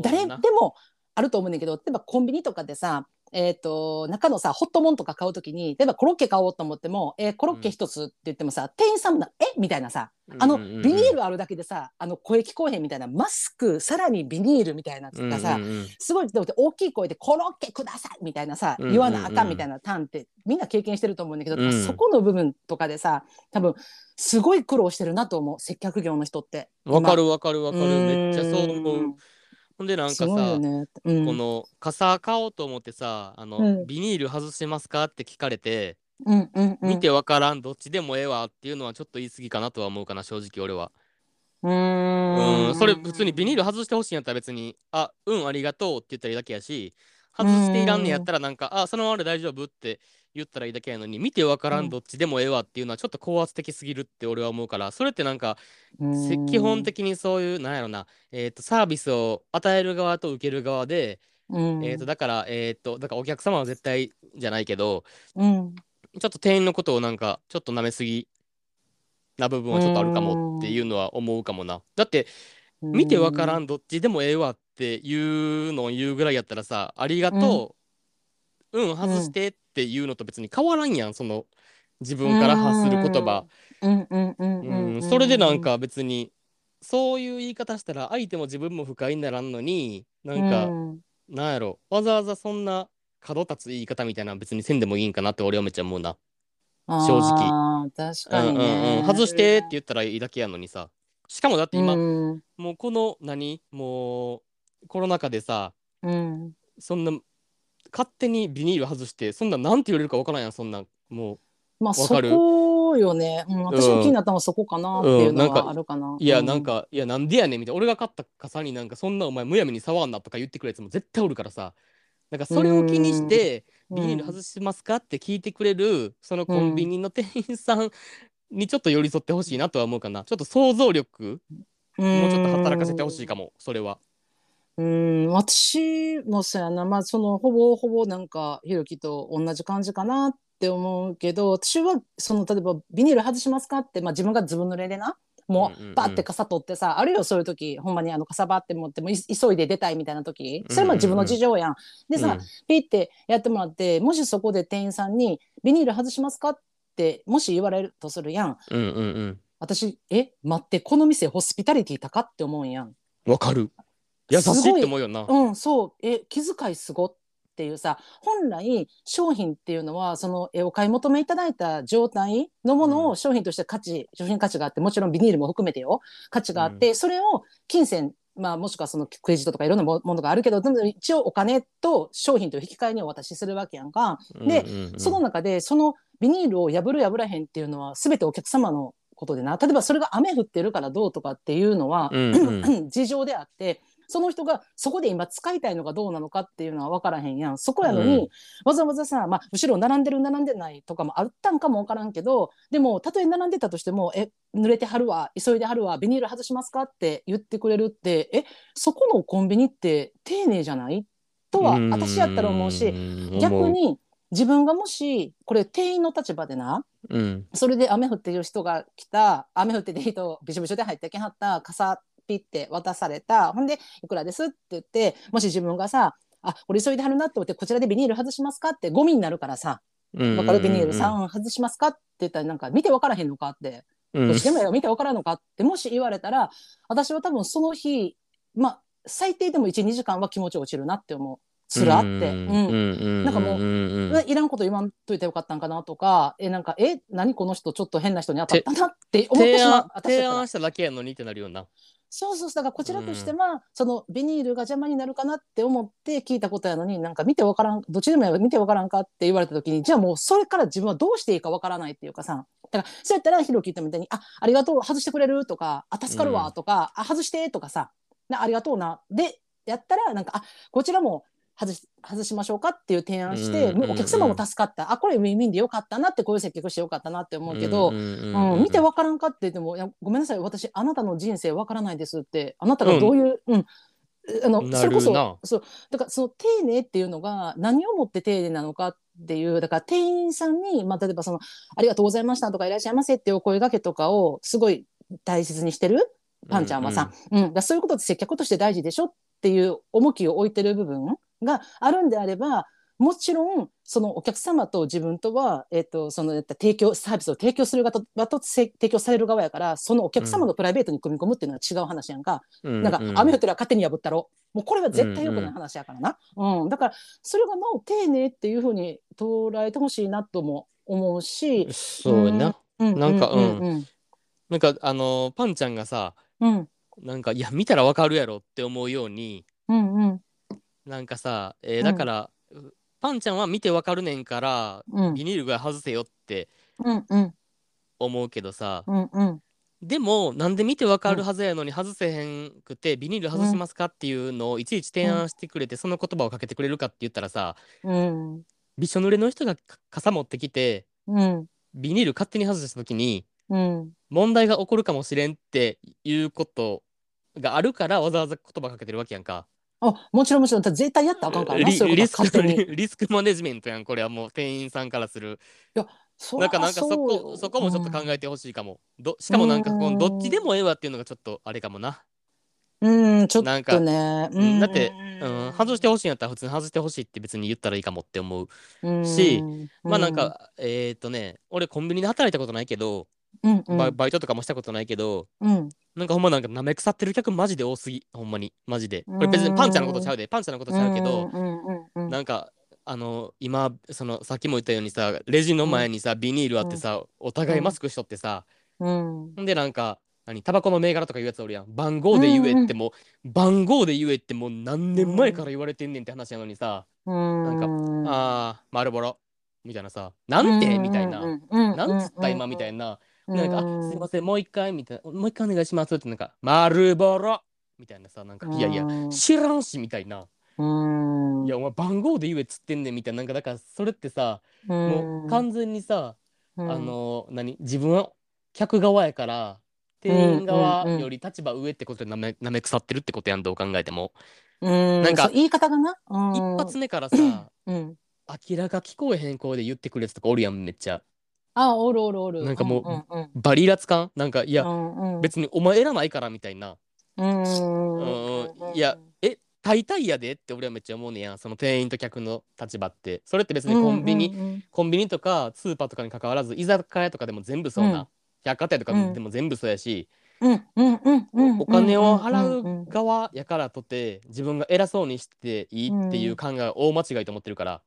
[SPEAKER 1] 誰
[SPEAKER 2] そう
[SPEAKER 1] で
[SPEAKER 2] だな
[SPEAKER 1] もあると思うねんだけど例えばコンビニとかでさえー、と中のさホットモンとか買うときに例えばコロッケ買おうと思っても、えーコロッケ一つって言ってもさ、店員さんもな「えみたいなさあの
[SPEAKER 2] うんうんうん
[SPEAKER 1] ビニールあるだけでさあの声聞こえへんみたいなマスクさらにビニールみたいなのがさ、
[SPEAKER 2] うんうんうん
[SPEAKER 1] すごいでも大きい声で「コロッケください」みたいなさ
[SPEAKER 2] うんうんうん
[SPEAKER 1] 言わなあかんみたいなターンってみんな経験してると思うんだけど、
[SPEAKER 2] うん
[SPEAKER 1] そこの部分とかでさ多分すごい苦労してるなと思う接客業の人って。
[SPEAKER 2] わかるわかるわかる。
[SPEAKER 1] うーん
[SPEAKER 2] めっちゃそう思う。ほんで、なんか
[SPEAKER 1] すごいよ
[SPEAKER 2] さ、
[SPEAKER 1] ねうん
[SPEAKER 2] この傘買おうと思ってさ、あ
[SPEAKER 1] う
[SPEAKER 2] の
[SPEAKER 1] ん
[SPEAKER 2] ビニール外しますかって聞かれて、
[SPEAKER 1] うんうんうん
[SPEAKER 2] 見てわからん、どっちでもええわっていうのはちょっと言い過ぎかなとは思うかな、正直俺は。
[SPEAKER 1] う
[SPEAKER 2] う
[SPEAKER 1] ー
[SPEAKER 2] ん、
[SPEAKER 1] ん
[SPEAKER 2] それ普通にビニール外してほしいんやったら別に「あうんありがとう」って言ったらいいだけやし外していらんねやったらなんか「あそのままで大丈夫」って言ったらいいだけやのに見てわから
[SPEAKER 1] うん
[SPEAKER 2] んどっちでもええわっていうのはちょっと高圧的すぎるって俺は思うからそれってなんか
[SPEAKER 1] う
[SPEAKER 2] せ
[SPEAKER 1] ーん
[SPEAKER 2] 基本的にそういうなんやろなえっとサービスを与える側と受ける側で
[SPEAKER 1] うん
[SPEAKER 2] えっとだからえっとだからお客様は絶対じゃないけど
[SPEAKER 1] うん
[SPEAKER 2] ちょっと店員のことをなんかちょっと舐めすぎな部分はちょっとあるかもっていうのは思うかもなだって見てわから
[SPEAKER 1] うん
[SPEAKER 2] どっちでもええわっていうのを言うぐらいやったらさ「ありがとう」うん「外して」っていうのと別に変わらんやんその自分から発する言葉。
[SPEAKER 1] うんうんうん
[SPEAKER 2] う
[SPEAKER 1] うんうん
[SPEAKER 2] んそれでなんか別にそういう言い方したら相手も自分も不快にならんのになん
[SPEAKER 1] う
[SPEAKER 2] か
[SPEAKER 1] ん
[SPEAKER 2] なんやろわざわざそんな角立つ言い方みたいなの別にせんでもいいんかなって俺はめっちゃ思うな。正直
[SPEAKER 1] あー確
[SPEAKER 2] う
[SPEAKER 1] かに
[SPEAKER 2] んう
[SPEAKER 1] ね
[SPEAKER 2] んうん、外してって言ったらいいだけやのにさしかもだって今、
[SPEAKER 1] うん
[SPEAKER 2] もうこの何もうコロナ禍でさ
[SPEAKER 1] うん
[SPEAKER 2] そんな勝手にビニール外してそんななんて言われるかわからんやんそんなも
[SPEAKER 1] まあ
[SPEAKER 2] わ
[SPEAKER 1] そ
[SPEAKER 2] かる
[SPEAKER 1] こよね、うん、私も気になったのはそこかなっていうの
[SPEAKER 2] うんなん
[SPEAKER 1] は
[SPEAKER 2] か
[SPEAKER 1] あるかな。
[SPEAKER 2] ういやなんか、いやなんでやねんみたいな俺が買った傘になんかそんなお前むやみに触んなとか言ってくるやつも絶対おるからさなんかそれを気にして
[SPEAKER 1] うん、
[SPEAKER 2] ビニール外しますかって聞いてくれるそのコンビニの店員さんにちょっと寄り添ってほしいなとは思うかなちょっと想像力もうちょっと働かせてほしいか
[SPEAKER 1] も。
[SPEAKER 2] もそれは
[SPEAKER 1] うん、私もそうやな、まあそのほぼほぼなんかひろきと同じ感じかなって思うけど、私はその例えばビニール外しますかって、まあ自分が自分の例でな。も
[SPEAKER 2] うんうんう
[SPEAKER 1] うんバッて傘取ってさ、あるいはそういう時ほんまにあの傘バッて持ってもい急いで出たいみたいな時それも自分の事情やん。でさ、
[SPEAKER 2] うん
[SPEAKER 1] ピッてやってもらってもしそこで店員さんに「ビニール外しますか?」っってもし言われるとするやん
[SPEAKER 2] うんうん
[SPEAKER 1] 私え待ってこの店ホスピタリティ高って思うんやん
[SPEAKER 2] うん。わかる。優しいって思
[SPEAKER 1] う
[SPEAKER 2] うよな。
[SPEAKER 1] うんそうえ気遣いすごっていうさ本来商品っていうのはそのえお買い求めいただいた状態のもの
[SPEAKER 2] う
[SPEAKER 1] を商品として価値、商品価値があってもちろんビニールも含めてよ価値があって、それを金銭まあ、もしくはそのクレジットとかいろんなもものがあるけどでも一応お金と商品と引き換えにお渡しするわけやんか、で
[SPEAKER 2] うんうんうん
[SPEAKER 1] その中でそのビニールを破る破らへんっていうのは全てお客様のことでな例えばそれが雨降ってるからどうとかっていうのは、
[SPEAKER 2] う んう
[SPEAKER 1] 事情であってその人がそこで今使いたいのがどうなのかっていうのは分からへんやんそこやのに、
[SPEAKER 2] うん
[SPEAKER 1] わざわざさ、まあ、後ろ並んでる並んでないとかもあったんかも分からんけどでもたとえ並んでたとしても「え濡れてはるわ急いではるわビニール外しますか?」って言ってくれるってえそこのコンビニって丁寧じゃないとは私やったら思うし、
[SPEAKER 2] ん
[SPEAKER 1] 逆、に自分がもしこれ店員の立場でな
[SPEAKER 2] うん
[SPEAKER 1] それで雨降ってる人が来た雨降ってる人びしょびしょで入ってきはった傘ピッて渡されたほんでいくらですって言ってもし自分がさあこれ急いではるなって思ってこちらでビニール外しますかってゴミになるからさ
[SPEAKER 2] うん
[SPEAKER 1] わかるビニール3外しますかって言ったらなんか見てわからへんのかって
[SPEAKER 2] うん
[SPEAKER 1] どっちでもやろ見てわからんのかってもし言われたら私は多分その日まあ最低でも12時間は気持ち落ちるなって思うつらって。うん
[SPEAKER 2] ん
[SPEAKER 1] なんかもう
[SPEAKER 2] うん
[SPEAKER 1] いらんこと言わんといてよかったんかなとか、え、なんか、え、何この人ちょっと変な人に当たったなって思って
[SPEAKER 2] 提
[SPEAKER 1] しま
[SPEAKER 2] 案
[SPEAKER 1] う。私だっ
[SPEAKER 2] 提
[SPEAKER 1] たら
[SPEAKER 2] 案しただけやのにってなるような。
[SPEAKER 1] そうそうそう、だからこちらとしては、そのビニールが邪魔になるかなって思って聞いたことやのに、なんか見てわからん、どっちでもや見てわからんかって言われた時に、じゃあもうそれから自分はどうしていいかわからないっていうかさ、だからそうやったらヒロキ言ったみたいに、あ、ありがとう、外してくれるとか、あ、助かる
[SPEAKER 2] う
[SPEAKER 1] わ
[SPEAKER 2] ん
[SPEAKER 1] とか、あ、外してとかさ、なありがとうな。で、やったら、なんか、あ、こちらも外し外しましょうかっていう提案して、
[SPEAKER 2] うん
[SPEAKER 1] お客様も助かった、あ、これウィンウィンでよかったなって、こういう接客してよかったなって思うけど、うん、見てわからんかって言ってもいや「ごめんなさい私あなたの人生わからないです」ってあなたがどういう、うんあの
[SPEAKER 2] な
[SPEAKER 1] それこ
[SPEAKER 2] る
[SPEAKER 1] そ
[SPEAKER 2] な。
[SPEAKER 1] そうだからその丁寧っていうのが何をもって丁寧なのかっていうだから店員さんに、まあ、例えばその「ありがとうございました」とか「いらっしゃいませ」っていうお声がけとかをすごい大切にしてるパンちゃんはさ、うんだからそういうことって接客として大事でしょっていう重きを置いてる部分があるんであればもちろんそのお客様と自分とは、えっとそのえっと提供サービスを提供する側と側とせ提供される側やからそのお客様のプライベートに組み込むっていうのは違う話やんか、
[SPEAKER 2] うんうん、
[SPEAKER 1] なんか雨降ってるから勝手に破ったろもうこれは絶対良くない話やからな、うんだからそれがもう丁寧っていうふうに捉えてほしいなとも思うし、
[SPEAKER 2] そうやな。
[SPEAKER 1] う
[SPEAKER 2] なんか
[SPEAKER 1] うんうん
[SPEAKER 2] なんかあのパンちゃんがさ、
[SPEAKER 1] うん
[SPEAKER 2] なんかいや見たらわかるやろって思うように、
[SPEAKER 1] うんうん
[SPEAKER 2] なんかさ、
[SPEAKER 1] う
[SPEAKER 2] えー
[SPEAKER 1] ん
[SPEAKER 2] だから、パンちゃんは見てわかるねんから
[SPEAKER 1] うん
[SPEAKER 2] ビニールが外せよって
[SPEAKER 1] うんうん
[SPEAKER 2] 思うけどさ、
[SPEAKER 1] うんうん
[SPEAKER 2] でもなんで見てわかるはずやのに外せへんくてビニール外しますかっていうのをいちいち提案してくれてその言葉をかけてくれるかって言ったらさ
[SPEAKER 1] うん
[SPEAKER 2] びしょ濡れの人がか傘持ってきて
[SPEAKER 1] うん
[SPEAKER 2] ビニール勝手に外した時に
[SPEAKER 1] うん
[SPEAKER 2] 問題が起こるかもしれんっていうことがあるからわざわざ言葉かけてるわけやんか。
[SPEAKER 1] あもちろんもちろんただ絶対やったらあかんからな
[SPEAKER 2] リ
[SPEAKER 1] そういう
[SPEAKER 2] リ
[SPEAKER 1] こ
[SPEAKER 2] ス
[SPEAKER 1] とは勝手に
[SPEAKER 2] ク リスクマネジメントやんこれはもう店員さんからする。
[SPEAKER 1] そ
[SPEAKER 2] なんかなんかそこそこもちょっと考
[SPEAKER 1] え
[SPEAKER 2] えてほしいかも。どしかもなんかこ
[SPEAKER 1] う
[SPEAKER 2] の
[SPEAKER 1] ん
[SPEAKER 2] どっちでもええわっていうのがちょっとあれかもな。
[SPEAKER 1] うん、うん、ちょっ
[SPEAKER 2] なんか
[SPEAKER 1] とね
[SPEAKER 2] うんだってうん、外してほしいんやったら普通に外してほしいって別に言ったらいいかもって思う。
[SPEAKER 1] ほ
[SPEAKER 2] しまあなんか、えーっとね俺コンビニで働いたことないけど、
[SPEAKER 1] うんうん
[SPEAKER 2] バイバイトとかもしたことないけど、
[SPEAKER 1] うん
[SPEAKER 2] なんかほんまなんか舐め腐ってる客マジで多すぎほんまにマジで
[SPEAKER 1] うーん
[SPEAKER 2] これ別にパンチャーのことちゃうでパンチャーのことちゃうけど、
[SPEAKER 1] うんうんうん
[SPEAKER 2] なんかあの今そのさっきも言ったようにさレジの前にさ、ビニールあってさ、お互いマスクしとってさ、
[SPEAKER 1] うん
[SPEAKER 2] ほんでなんか何タバコの銘柄とかいうやつおるやん番号で言えってもう、番号で言えってもう何年前から言われてんねんって話やのにさ、
[SPEAKER 1] うん
[SPEAKER 2] あ
[SPEAKER 1] か
[SPEAKER 2] あー丸ボロみたいなさなんてみたいな、なんつった今みたい
[SPEAKER 1] な
[SPEAKER 2] な、なんか、あすいません、もう一回、みたいな、もう一回お願いしますって、なんか、丸ボロみたいなさ、なんか、いやいや、知らんし、みたいな。
[SPEAKER 1] うん
[SPEAKER 2] いや、お前、番号で言えっつってんねん、みたいな。なんか、だから、それってさ、もう、完全にさ、あ
[SPEAKER 1] うん
[SPEAKER 2] の、何、自分は客側やから、店員側より立場上ってことでなめ、なめ腐ってるってことやん、どう考えても。
[SPEAKER 1] うん
[SPEAKER 2] なんか
[SPEAKER 1] そう言い方がな
[SPEAKER 2] 一
[SPEAKER 1] 一
[SPEAKER 2] 発目から さ、
[SPEAKER 1] うん
[SPEAKER 2] 明らか聞こえへん声で言ってくるやつとかおるやん、めっちゃ。
[SPEAKER 1] あおるおるおる
[SPEAKER 2] なんかもう
[SPEAKER 1] うんうん
[SPEAKER 2] バリイラつかんなんか、いや、
[SPEAKER 1] うんうん
[SPEAKER 2] 別にお前らないから、みたいな。
[SPEAKER 1] うんうん
[SPEAKER 2] うん
[SPEAKER 1] うん
[SPEAKER 2] いや、え大体やでって俺はめっちゃ思うねやんその店員と客の立場ってそれって別にコンビニ、
[SPEAKER 1] うんうんうん
[SPEAKER 2] コンビニとかスーパーとかに関わらず居酒屋とかでも全部そうな、
[SPEAKER 1] うん
[SPEAKER 2] 百貨店とか
[SPEAKER 1] うん
[SPEAKER 2] でも全部そうやし、
[SPEAKER 1] うんうんうんうんうん
[SPEAKER 2] お金を払
[SPEAKER 1] んん
[SPEAKER 2] う側やからとて自分が偉そうにしていいっていう考えは大間違いと思ってるから、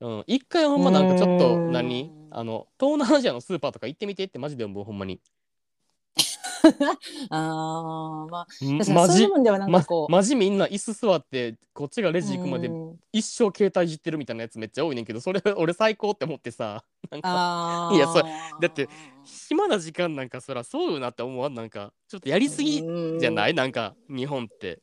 [SPEAKER 2] うん、一回ほんまなんかちょっと
[SPEAKER 1] うん
[SPEAKER 2] 何あの東南アジアのスーパーとか行ってみてってマジで思うほんまに
[SPEAKER 1] うんああまあ
[SPEAKER 2] ん
[SPEAKER 1] 確かに
[SPEAKER 2] マ
[SPEAKER 1] そうい
[SPEAKER 2] ジ
[SPEAKER 1] う部分ではなん
[SPEAKER 2] ま
[SPEAKER 1] かこう、
[SPEAKER 2] マジみんな椅子座ってこっちがレジ行くまで
[SPEAKER 1] うん
[SPEAKER 2] 一生携帯いじってるみたいなやつめっちゃ多いねんけどそれ 俺最高って思ってさなんか
[SPEAKER 1] あー
[SPEAKER 2] いやそれだって暇な時間なんかそらそうよなって思わんなんかちょっとやりすぎじゃないいなんか日本って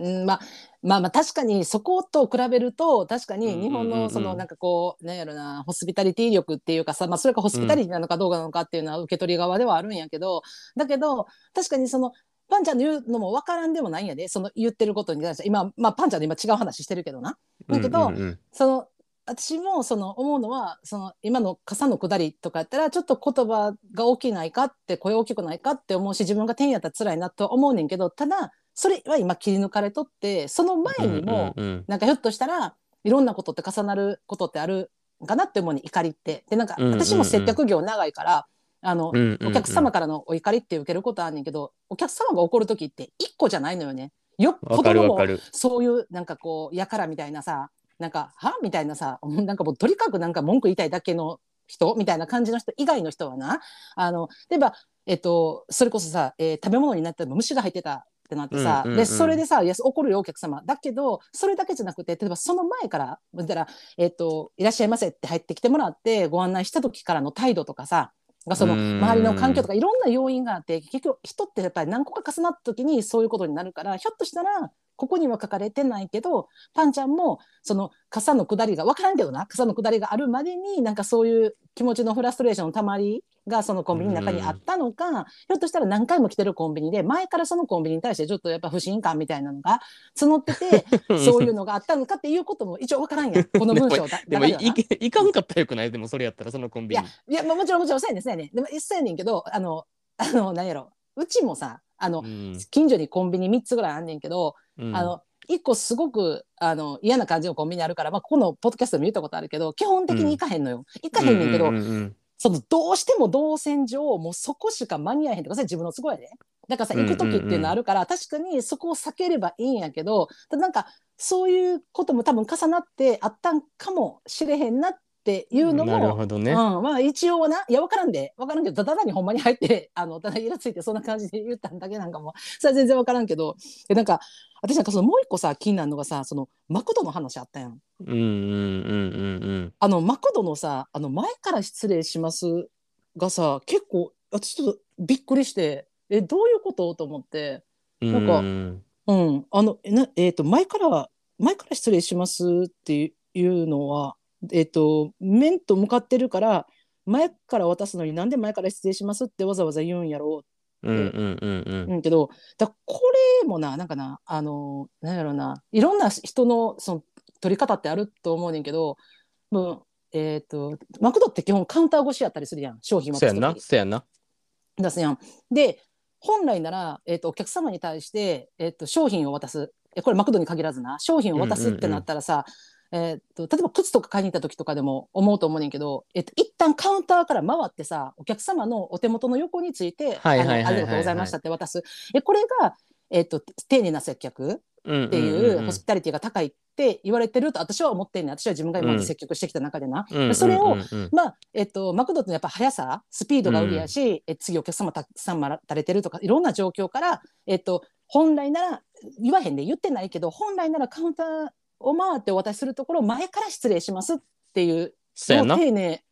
[SPEAKER 1] うん、まあまあまあ確かにそこと比べると確かに日本
[SPEAKER 2] うんうんうんう
[SPEAKER 1] の
[SPEAKER 2] ん
[SPEAKER 1] そのなんかこうなんやろなホスピタリティ力っていうかさ、まあ、それがホスピタリティなのかどうかなのかっていうのは受け取り側ではあるんやけどだけど確かにそのパンちゃんの言うのも分からんでもないんやでその言ってることに対して今、まあ、パンちゃんの今違う話してるけどな。だけど
[SPEAKER 2] うんうんうん
[SPEAKER 1] その私もその思うのはその今の傘の下りとかやったらちょっと言葉が大きないかって声大きくないかって思うし自分が天やったら辛いなとは思うねんけどただそれは今切り抜かれとってその前にも
[SPEAKER 2] うんうん
[SPEAKER 1] なんかひょっとしたらいろんなことって重なることってあるんかなって思うに怒りって。でなんか
[SPEAKER 2] うんうんうん
[SPEAKER 1] 私も接客業長いからあの
[SPEAKER 2] うんうんうん
[SPEAKER 1] お客様からのお怒りって受けることはあんねんけどお客様が怒る時って一個じゃないのよね。よっ
[SPEAKER 2] わ
[SPEAKER 1] ぽど
[SPEAKER 2] かる
[SPEAKER 1] の
[SPEAKER 2] わ
[SPEAKER 1] も
[SPEAKER 2] かる
[SPEAKER 1] そういうなんかこうやからみたいなさなんかはみたいなさ もうなんかもうとにかくなんか文句言いたいだけの人みたいな感じの人以外の人はなあの例えば、えっと、それこそさ、えー食べ物になったら虫が入ってたってなってさ、
[SPEAKER 2] うんうんう
[SPEAKER 1] で
[SPEAKER 2] ん
[SPEAKER 1] それでさ「いや怒るよお客様」だけどそれだけじゃなくて例えばその前からだから、えっと「いらっしゃいませ」って入ってきてもらってご案内した時からの態度とかさがその
[SPEAKER 2] うん
[SPEAKER 1] 周りの環境とかいろんな要因があって結局人ってやっぱり何個か重なった時にそういうことになるからひょっとしたらここには書かれてないけどパンちゃんもその傘の下りが分からんけどな傘の下りがあるまでになんかそういう気持ちのフラストレーションのたまりがそのコンビニの中にあったのか、ひょっとしたら何回も来てるコンビニで前からそのコンビニに対してちょっとやっぱ不信感みたいなのが募って てそういうのがあったのかっていうことも一応分からんやんこの文章だ
[SPEAKER 2] でも
[SPEAKER 1] だ
[SPEAKER 2] い
[SPEAKER 1] からない
[SPEAKER 2] けいかんかったらよくないでもそれやったらそのコンビニ
[SPEAKER 1] いや、まあ、もちろんもちろんそうやねんそうやねんでもそうやねんけどあの あの何やろうちもさあの、
[SPEAKER 2] うん
[SPEAKER 1] 近所にコンビニ3つぐらいあんねんけど、
[SPEAKER 2] うん
[SPEAKER 1] あの一個すごくあの嫌な感じのコンビニあるから、まあ、ここのポッドキャストでも言ったことあるけど基本的に行かへんのよ、行かへんねんけど、
[SPEAKER 2] ううんうん
[SPEAKER 1] そのどうしても動線上もうそこしか間に合えへんとかそれ自分の都合やで、だからさ
[SPEAKER 2] う
[SPEAKER 1] 行
[SPEAKER 2] んうんうん
[SPEAKER 1] く時っていうのあるから、確かにそこを避ければいいんやけどただなんかそういうことも多分重なってあったんかもしれへんなっていうの
[SPEAKER 2] なる
[SPEAKER 1] も
[SPEAKER 2] ほどね、
[SPEAKER 1] うん、まあ一応はな、いや、わからんで、わからんけど、ただにほんまに入って、 あの、お互いイラついて、そんな感じで言ったんだけなんかも、それは全然わからんけど、え、なんか、私なんかそのもう一個さ、気になるのがさ、その、マクドの話あったやん。
[SPEAKER 2] うんうんうんうんうん
[SPEAKER 1] あの、マクドのさ、あの、前から失礼しますがさ、結構、私ちょっとびっくりして、え、どういうことと思って、
[SPEAKER 2] うん
[SPEAKER 1] なんか
[SPEAKER 2] うん
[SPEAKER 1] うん、あの、えな、えっと、前から、前から失礼しますっていうのは、えっと、面と向かってるから、前から渡すのになんで前から失礼しますってわざわざ言うんやろ
[SPEAKER 2] うんうんうんう
[SPEAKER 1] う、
[SPEAKER 2] ん
[SPEAKER 1] うん、けど、だこれもな、なんかな、あの、なんやろな、いろんな人のその取り方ってあると思うねんけど、もう、えっと、マクドって基本カウンター越しやったりするやん、商品渡
[SPEAKER 2] そうや
[SPEAKER 1] す
[SPEAKER 2] ん
[SPEAKER 1] 時
[SPEAKER 2] なそうやんな
[SPEAKER 1] 出すやん。で本来なら、えっとお客様に対して、えっと商品を渡すえこれマクドに限らずな商品を渡すってなったらさ、えっと例えば靴とか買いに行った時とかでも思うと思うねんけど、えっと一旦カウンターから回ってさお客様のお手元の横について「あ
[SPEAKER 2] はいはい
[SPEAKER 1] の
[SPEAKER 2] はいは
[SPEAKER 1] あ
[SPEAKER 2] い
[SPEAKER 1] りがとうございました」って渡す。えこれが、えっと丁寧な接客
[SPEAKER 2] っ
[SPEAKER 1] っていうホスピタリティが高いって言われてると私は思ってんねん私は自分が今まで接客してきた中でな、それをまあえっと、マクドってやっぱ速さスピードが売りやし、え次お客様たくさん待たれてるとかいろんな状況から、えっと、本来なら言わへんで言ってないけど本来ならカウンターを回ってお渡しするところ前から失礼しますっていう
[SPEAKER 2] そうやん
[SPEAKER 1] の
[SPEAKER 2] な
[SPEAKER 1] を丁寧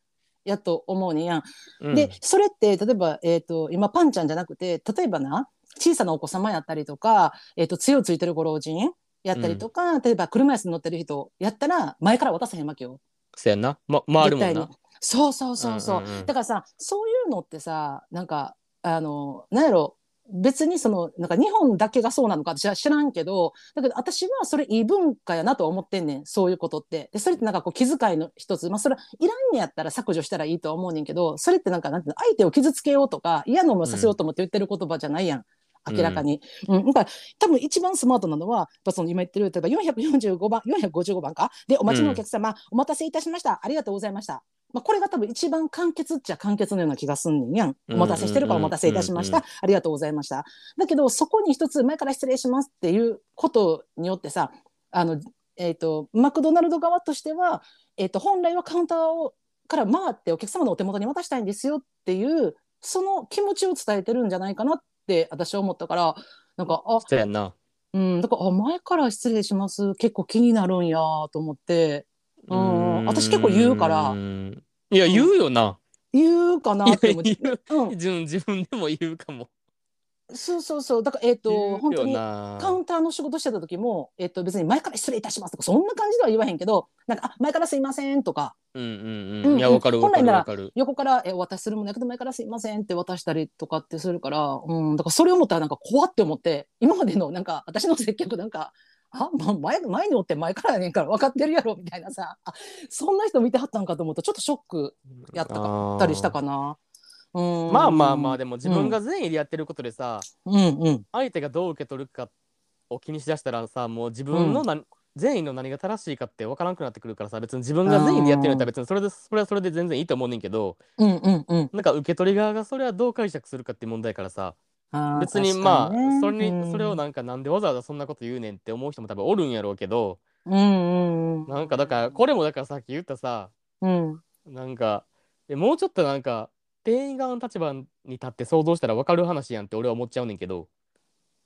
[SPEAKER 1] やと思うねんやん。
[SPEAKER 2] うん
[SPEAKER 1] でそれって例えば、えっと今パンちゃんじゃなくて例えばな小さなお子様やったりとか、えっと杖をついてるご老人やったりとか、例えば車椅子に乗ってる人やったら前から渡さへんわけよ。
[SPEAKER 2] そうやんな、ま、回
[SPEAKER 1] 絶
[SPEAKER 2] るもん
[SPEAKER 1] 対
[SPEAKER 2] な
[SPEAKER 1] にそうそうそうそう,、
[SPEAKER 2] うんうんうん
[SPEAKER 1] だからさそういうのってさなんかあのなんやろ別にそのなんか日本だけがそうなのか私は知らんけどだけど私はそれいい文化やなとは思ってんねんそういうことってでそれってなんかこう気遣いの一つまあそれいらんねやったら削除したらいいとは思うねんけどそれってなんかなんていうの相手を傷つけようとか嫌な思いさせようと思って言ってる言葉じゃないやん、明らかに。うんだから多分一番スマートなのはやっぱその今言ってる例えば445番455番かでお待ちのお客様、お待たせいたしましたありがとうございました。まあ、これが多分一番簡潔っちゃ簡潔のような気がすんねんやん。お待たせしてるからお待たせいたしました。
[SPEAKER 2] うん
[SPEAKER 1] ありがとうございました。だけどそこに一つ前から失礼しますっていうことによってさあの、えー、とマクドナルド側としては、えー、と本来はカウンターをから回ってお客様のお手元に渡したいんですよっていうその気持ちを伝えてるんじゃないかなって私は思ったからなんかあ
[SPEAKER 2] そうやんな。
[SPEAKER 1] うんだからあ前から失礼します結構気になるんやと思ってうん私結構言うから
[SPEAKER 2] うんいや、言うよな。
[SPEAKER 1] 言うか ないって
[SPEAKER 2] や
[SPEAKER 1] 思っ
[SPEAKER 2] 言
[SPEAKER 1] て。
[SPEAKER 2] う
[SPEAKER 1] うん、
[SPEAKER 2] 自分自分でも言うかも。
[SPEAKER 1] そうそうそうだからえっ、と本当
[SPEAKER 2] 言う
[SPEAKER 1] に
[SPEAKER 2] よな
[SPEAKER 1] カウンターの仕事してた時も、えっと、別に前から失礼いたしますとかそんな感じでは言わへんけどなんかあ前からすいませんとか
[SPEAKER 2] うん
[SPEAKER 1] う
[SPEAKER 2] うんんう
[SPEAKER 1] うん
[SPEAKER 2] ん。いや、わかるわか
[SPEAKER 1] 本来
[SPEAKER 2] る
[SPEAKER 1] なら
[SPEAKER 2] わかる。
[SPEAKER 1] 横からえお渡しするもんやけど前からすいませんって渡したりとかってするから、うん、だからそれを思ったらなんか怖って思って今までのなんか私の接客なんかあ、ま、前前におって前からやねんから分かってるやろみたいなさあそんな人見てはったんかと思うとちょっとショックやったかったりしたかな。うん、
[SPEAKER 2] まあまあまあ、でも自分が善意でやってることでさ、
[SPEAKER 1] うんうん
[SPEAKER 2] 相手がどう受け取るかを気にしだしたらさ、もう自分のな善意の何が正しいかってわからなくなってくるからさ、別に自分が善意でやってるんだったら別にそれで、それはそれで全然いいと思うねんけど、
[SPEAKER 1] うんうんうん
[SPEAKER 2] なんか受け取り側がそれはどう解釈するかって問題からさ、
[SPEAKER 1] あー
[SPEAKER 2] 別に
[SPEAKER 1] 確
[SPEAKER 2] ま
[SPEAKER 1] か
[SPEAKER 2] あ
[SPEAKER 1] ね
[SPEAKER 2] それ
[SPEAKER 1] う
[SPEAKER 2] に
[SPEAKER 1] ん
[SPEAKER 2] それをなんかなんでわざわざそんなこと言うねんって思う人も多分おるんやろうけど
[SPEAKER 1] うんうん
[SPEAKER 2] なんかだからこれもだからさっき言ったさ
[SPEAKER 1] うん
[SPEAKER 2] なんかえもうちょっとなんか店員側の立場に立って想像したら分かる話やんって俺は思っちゃうねんけど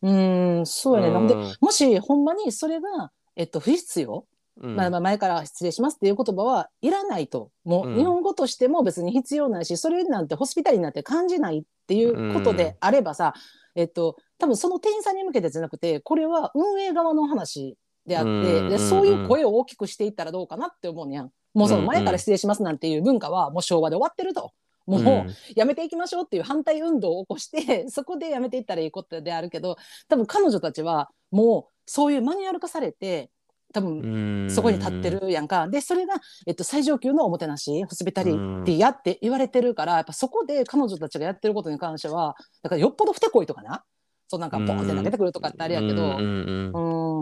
[SPEAKER 1] うんそうやねなんで
[SPEAKER 2] うん
[SPEAKER 1] もしほんまにそれが、えっと、不必要
[SPEAKER 2] うん
[SPEAKER 1] まあ、まあ前から失礼しますっていう言葉はいらないとも
[SPEAKER 2] う
[SPEAKER 1] うん日本語としても別に必要ないし、それなんてホスピタリーなんて感じないっていうことであればさ、えっと、多分その店員さんに向けてじゃなくてこれは運営側の話であって、
[SPEAKER 2] うん
[SPEAKER 1] で
[SPEAKER 2] うん
[SPEAKER 1] そういう声を大きくしていったらどうかなって思うねやん。もうその前から失礼しますなんていう文化はもう昭和で終わってると。もう、
[SPEAKER 2] ん
[SPEAKER 1] やめていきましょうっていう反対運動を起こして そこでやめていったらいいことであるけど多分彼女たちはもうそういうマニュアル化されて多分
[SPEAKER 2] うん
[SPEAKER 1] そこに立ってるやんか。で、それが、えっと、最上級のおもてなし、ホスピタリティやって言われてるから、やっぱそこで彼女たちがやってることに関しては、だからよっぽど不手こいとかな。そうなんか、ポンって投げてくるとかってあれやけど
[SPEAKER 2] うん、うんう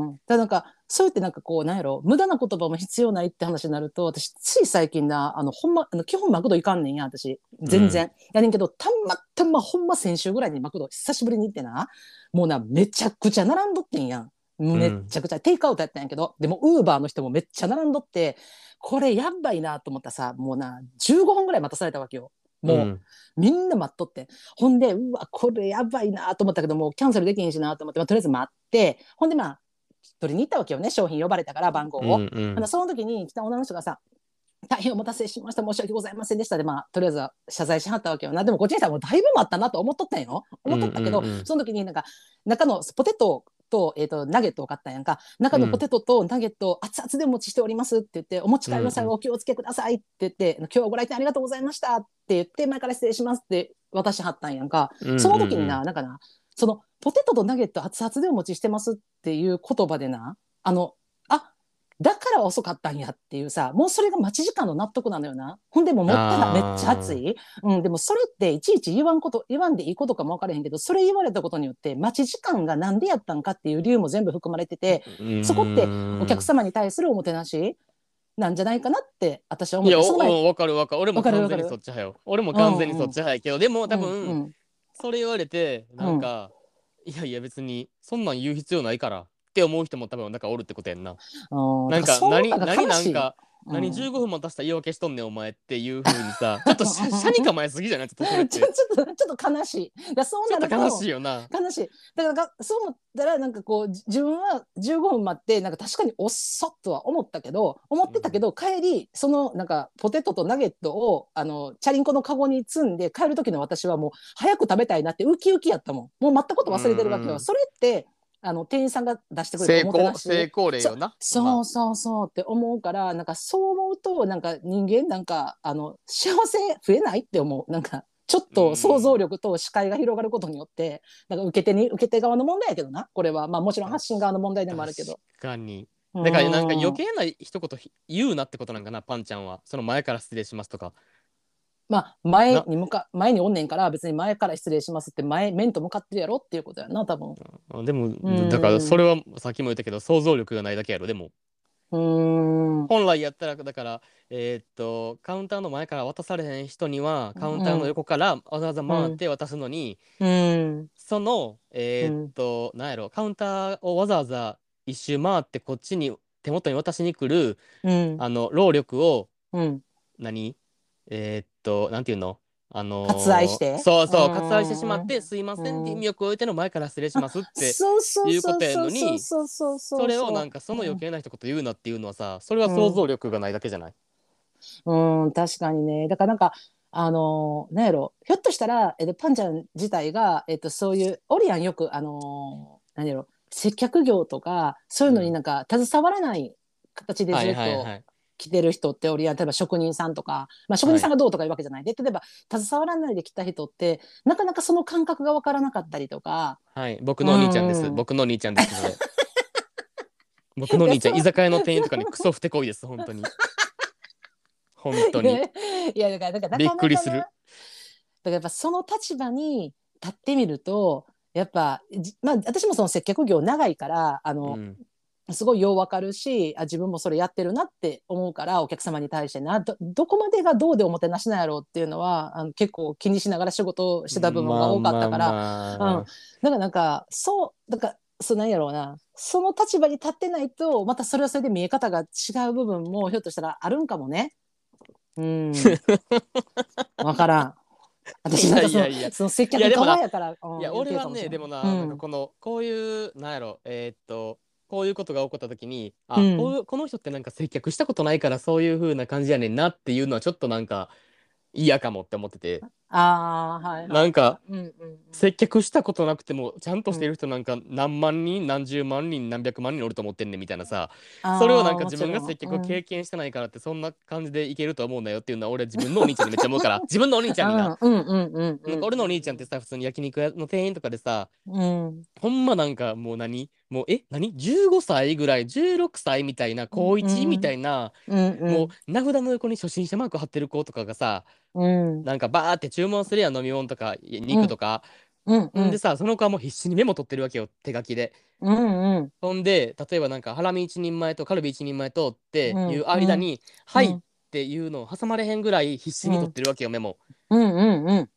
[SPEAKER 2] ん
[SPEAKER 1] うん。ただなんか、そうやってなんかこう、なんやろ、無駄な言葉も必要ないって話になると、私、つい最近な、あの、ほんま、あの基本マクド行かんねんや、私。全然。やねんけど、たまたまほんま先週ぐらいにマクド久しぶりに行ってな、もうな、めちゃくちゃ並んどってんやん。めっちゃくちゃ、テイクアウトやったんやけど、でも、ウーバーの人もめっちゃ並んどって、これやばいなと思ったらさ、もうな、15分ぐらい待たされたわけよ。もう、
[SPEAKER 2] ん
[SPEAKER 1] みんな待っとって。ほんで、うわ、これやばいなと思ったけど、もうキャンセルできんしなと思って、まあ、とりあえず待って、ほんでまあ、取りに行ったわけよね、商品呼ばれたから、番号を。
[SPEAKER 2] うんうん
[SPEAKER 1] あのその時に来た女の人がさ、大変お待たせしました、申し訳ございませんでしたで、まあ、とりあえずは謝罪しはったわけよな。でも、こっちにさ、もうだいぶ待ったなと思っとったんよ。思っとったけど、
[SPEAKER 2] うんうんうん
[SPEAKER 1] その時になんか、中のポテトと、えっ、と、ナゲットを買ったんやんか、中のポテトとナゲット、熱々でお持ちしておりますって言って、お持ち帰りの際はお気をつけくださいって言って、今日はご来店ありがとうございましたって言って、前から失礼しますって渡しはったんやんか。その時にな、なんかな、そのポテトとナゲット熱々でお持ちしてますっていう言葉でな、あの、あだから遅かったんやっていうさ、もうそれが待ち時間の納得なのよな。ほんでもう持ったらめっちゃ熱い。うん、でもそれっていちいち言わんこと、言わんでいいことかもわからへんけど、それ言われたことによって待ち時間がなんでやったんかっていう理由も全部含まれてて、
[SPEAKER 2] うん
[SPEAKER 1] そこってお客様に対するおもてなしなんじゃないかなって私は思
[SPEAKER 2] い
[SPEAKER 1] っ
[SPEAKER 2] や
[SPEAKER 1] て、
[SPEAKER 2] お
[SPEAKER 1] その前
[SPEAKER 2] おわかるわかる俺も
[SPEAKER 1] わかるわ
[SPEAKER 2] 完
[SPEAKER 1] か
[SPEAKER 2] 全
[SPEAKER 1] る
[SPEAKER 2] にそっち派よ俺も完全にそっち派やけどでも多分、
[SPEAKER 1] うんうん
[SPEAKER 2] それ言われてなんか、いやいや別にそんなん言う必要ないからって思う人も多分なんかおるってことやんな。
[SPEAKER 1] うん
[SPEAKER 2] なんか
[SPEAKER 1] そう
[SPEAKER 2] 何
[SPEAKER 1] のが
[SPEAKER 2] 何
[SPEAKER 1] 悲
[SPEAKER 2] な
[SPEAKER 1] しい
[SPEAKER 2] んか
[SPEAKER 1] うん
[SPEAKER 2] 何15分も出したら言い訳しとんねんお前っていうふうにさちょっとしゃ車に構えすぎじゃないちょっとそれっ て
[SPEAKER 1] ちょちょっとちょっと悲しい。だそう
[SPEAKER 2] ち
[SPEAKER 1] な
[SPEAKER 2] ょっ
[SPEAKER 1] る
[SPEAKER 2] と
[SPEAKER 1] と
[SPEAKER 2] 悲しいよな。
[SPEAKER 1] 悲しい。だからがそう思ったらなんかこうじ自分は15分待ってなんか確かにおっそっとは思ったけど思ってたけど、帰りそのなんかポテトとナゲットをあのチャリンコのカゴに積んで帰る時の私はもう早く食べたいなってウキウキやったもん。もう全くこと忘れてるわけ
[SPEAKER 2] うんう
[SPEAKER 1] よ。
[SPEAKER 2] ん
[SPEAKER 1] それってあの店員さんが出してくれ
[SPEAKER 2] 成
[SPEAKER 1] るおもて
[SPEAKER 2] 功
[SPEAKER 1] なし
[SPEAKER 2] 成功例よな。
[SPEAKER 1] そうそうそうって思うからなんかそう思うとなんか人間なんかあの幸せ増えないって思うなんかちょっ
[SPEAKER 2] う
[SPEAKER 1] と
[SPEAKER 2] ん
[SPEAKER 1] 想像力と視界が広がることによってなんか受け手に受け手側の問題やけどなこれはまあもちろん発信側の問題でもあるけど。
[SPEAKER 2] 確かに。だからなんか
[SPEAKER 1] うん
[SPEAKER 2] 余計な一言ひ言うなってことなんかなパンちゃんはその前から失礼しますとか。
[SPEAKER 1] まあ前
[SPEAKER 2] な
[SPEAKER 1] に向か前におんねんから別に前から失礼しますって前面と向かってるやろっていうことやな多分
[SPEAKER 2] あでも
[SPEAKER 1] ん
[SPEAKER 2] だからそれはさっきも言ったけど想像力がないだけやろでも
[SPEAKER 1] うーん
[SPEAKER 2] 本来やったらだからえーっとカウンターの前から渡されへん人にはカウンターの横からわざわざ回って渡すのに、
[SPEAKER 1] うん
[SPEAKER 2] そのえーっと、なんやろカウンターをわざわざ一周回ってこっちに手元に渡しに来る
[SPEAKER 1] うん
[SPEAKER 2] あの労力を
[SPEAKER 1] うん
[SPEAKER 2] 何えーっとなんていうのあのー
[SPEAKER 1] 割愛して
[SPEAKER 2] そうそう
[SPEAKER 1] うん
[SPEAKER 2] 割愛してしまって「すいません」って意味を加えての前から失礼しますって
[SPEAKER 1] そうそう
[SPEAKER 2] いうことやのに
[SPEAKER 1] そうそうそうう
[SPEAKER 2] それをなんかその余計な一言言うなっていうのはさそれは想像力がないだけじゃない、
[SPEAKER 1] うん確かにねだからなんかあのーなんやろひょっとしたら、えっと、パンちゃん自体が、えっと、そういうオリアンよくあのーなんやろ接客業とかそういうのになんか携わらない形で
[SPEAKER 2] は
[SPEAKER 1] ずっ
[SPEAKER 2] い
[SPEAKER 1] と
[SPEAKER 2] はいはい
[SPEAKER 1] 来てる人っておりやん例えば職人さんとか、まあ、職人さんがどうとかいうわけじゃない、で例えば携わらないで来た人ってなかなかその感覚が分からなかったりとか
[SPEAKER 2] はい僕のお兄ちゃんです、
[SPEAKER 1] うん
[SPEAKER 2] 僕のお兄ちゃんです それ僕のお兄ちゃん
[SPEAKER 1] いや
[SPEAKER 2] 居
[SPEAKER 1] そう
[SPEAKER 2] 酒屋の店員とかにクソふてこいです本当に本当に
[SPEAKER 1] いやだからだからなかなかな
[SPEAKER 2] びっくりする
[SPEAKER 1] だからやっぱその立場に立ってみるとやっぱ、じまあ、私もその接客業長いからあ
[SPEAKER 2] う
[SPEAKER 1] の、
[SPEAKER 2] ん
[SPEAKER 1] すごいよう分かるしあ自分もそれやってるなって思うからお客様に対してなどどこまでがどうでおもてなしなんやろうっていうのはあの結構気にしながら仕事をしてた部分が多かったから、
[SPEAKER 2] まあまあまあ
[SPEAKER 1] だからなんかそうだからそうなんやろうなその立場に立ってないとまたそれはそれで見え方が違う部分もひょっとしたらあるんかもね。 うん。わからん。私なんかその
[SPEAKER 2] いやいやいや
[SPEAKER 1] その接
[SPEAKER 2] い
[SPEAKER 1] 客
[SPEAKER 2] やでもな
[SPEAKER 1] 側やから。うん
[SPEAKER 2] いや
[SPEAKER 1] 言うて
[SPEAKER 2] 俺
[SPEAKER 1] るか
[SPEAKER 2] は
[SPEAKER 1] もし
[SPEAKER 2] ね
[SPEAKER 1] れん
[SPEAKER 2] でもな,、
[SPEAKER 1] うん
[SPEAKER 2] なんかこのこういうなんやろえーっとこういうことが起こった時にあ、
[SPEAKER 1] うん
[SPEAKER 2] こういうこの人ってなんか接客したことないからそういう風な感じやねんなっていうのはちょっとなんか嫌かもって思ってて
[SPEAKER 1] ああはいはい。
[SPEAKER 2] なんか
[SPEAKER 1] うんうんうん。
[SPEAKER 2] 接客したことなくてもちゃんとしてる人なんか何万人何十万人何百万人おると思ってんねんみたいなさそれをなんか自分が接客を
[SPEAKER 1] 験
[SPEAKER 2] 経験してないからってそんな感じでいけると思うんだよっていうのは俺自分のお兄ちゃんにめっちゃ思う から自分のお兄ちゃんにな。
[SPEAKER 1] うんうんうんうん
[SPEAKER 2] な
[SPEAKER 1] うんん。
[SPEAKER 2] か俺のお兄ちゃんってさ普通に焼肉屋の店員とかでさ
[SPEAKER 1] うん。
[SPEAKER 2] ほんまなんかもう何もうえ何15歳ぐらい16歳みたいな
[SPEAKER 1] う
[SPEAKER 2] 高
[SPEAKER 1] んう
[SPEAKER 2] 1
[SPEAKER 1] ん
[SPEAKER 2] みたいな、
[SPEAKER 1] うんうん。
[SPEAKER 2] もう名札の横に初心者マーク貼ってる子とかがさ
[SPEAKER 1] うん
[SPEAKER 2] なんかバーって注文するやん飲み物とかい肉とか、
[SPEAKER 1] うんうん
[SPEAKER 2] ん、でさその子はもう必死にメモ取ってるわけよ手書きで。
[SPEAKER 1] うんうん。
[SPEAKER 2] ほんで例えばなんかハラミ一人前とカルビ一人前とっていう間に「は」
[SPEAKER 1] はい
[SPEAKER 2] っていうのを挟まれへんぐらい必死に取ってるわけよメモ。
[SPEAKER 1] うんうんうん。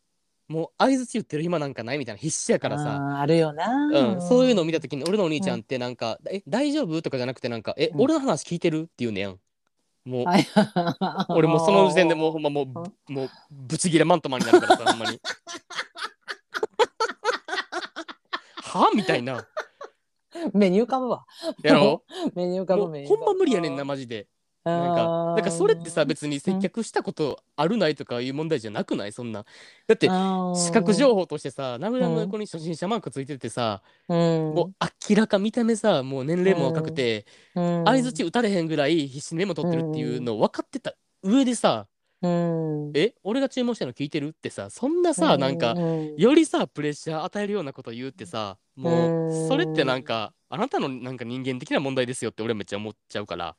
[SPEAKER 2] もう相づち言ってる暇なんかないみたいな必死やからさ。
[SPEAKER 1] あーあるよ
[SPEAKER 2] う
[SPEAKER 1] な。
[SPEAKER 2] ん、そういうのを見た時に俺のお兄ちゃんってなんか「え大丈夫?」とかじゃなくてなんか「え、
[SPEAKER 1] うん
[SPEAKER 2] 俺の話聞いてる?」って言うねやん。もう
[SPEAKER 1] はい
[SPEAKER 2] 俺もうその時点でもうほんまもうぶもうブチギレマントマンになるからさほ んまに。はみたいな。
[SPEAKER 1] 目に浮かぶわ
[SPEAKER 2] やろ
[SPEAKER 1] 目に浮か
[SPEAKER 2] も
[SPEAKER 1] ぶ
[SPEAKER 2] う
[SPEAKER 1] 目に浮か
[SPEAKER 2] ほ
[SPEAKER 1] ぶ
[SPEAKER 2] んま無理やねんなマジで。なん
[SPEAKER 1] あ
[SPEAKER 2] か
[SPEAKER 1] ー
[SPEAKER 2] だからそれってさ別に接客したことあるないとかいう問題じゃなくないそんな。だって
[SPEAKER 1] あー
[SPEAKER 2] 視覚情報としてさ名札の横に初心者マークついててさ、
[SPEAKER 1] うん
[SPEAKER 2] もう明らか見た目さもう年齢も若くて、
[SPEAKER 1] うん
[SPEAKER 2] 相づち打たれへんぐらい必死にメモ取ってるっていうのを分かってた上でさ
[SPEAKER 1] うん
[SPEAKER 2] 「え俺が注文したの聞いてる?」ってさそんなさ
[SPEAKER 1] うん
[SPEAKER 2] なんか
[SPEAKER 1] うん
[SPEAKER 2] よりさプレッシャー与えるようなこと言うってさも
[SPEAKER 1] う
[SPEAKER 2] うんそれってなんかあなたのなんか人間的な問題ですよって俺めっちゃ思っちゃうから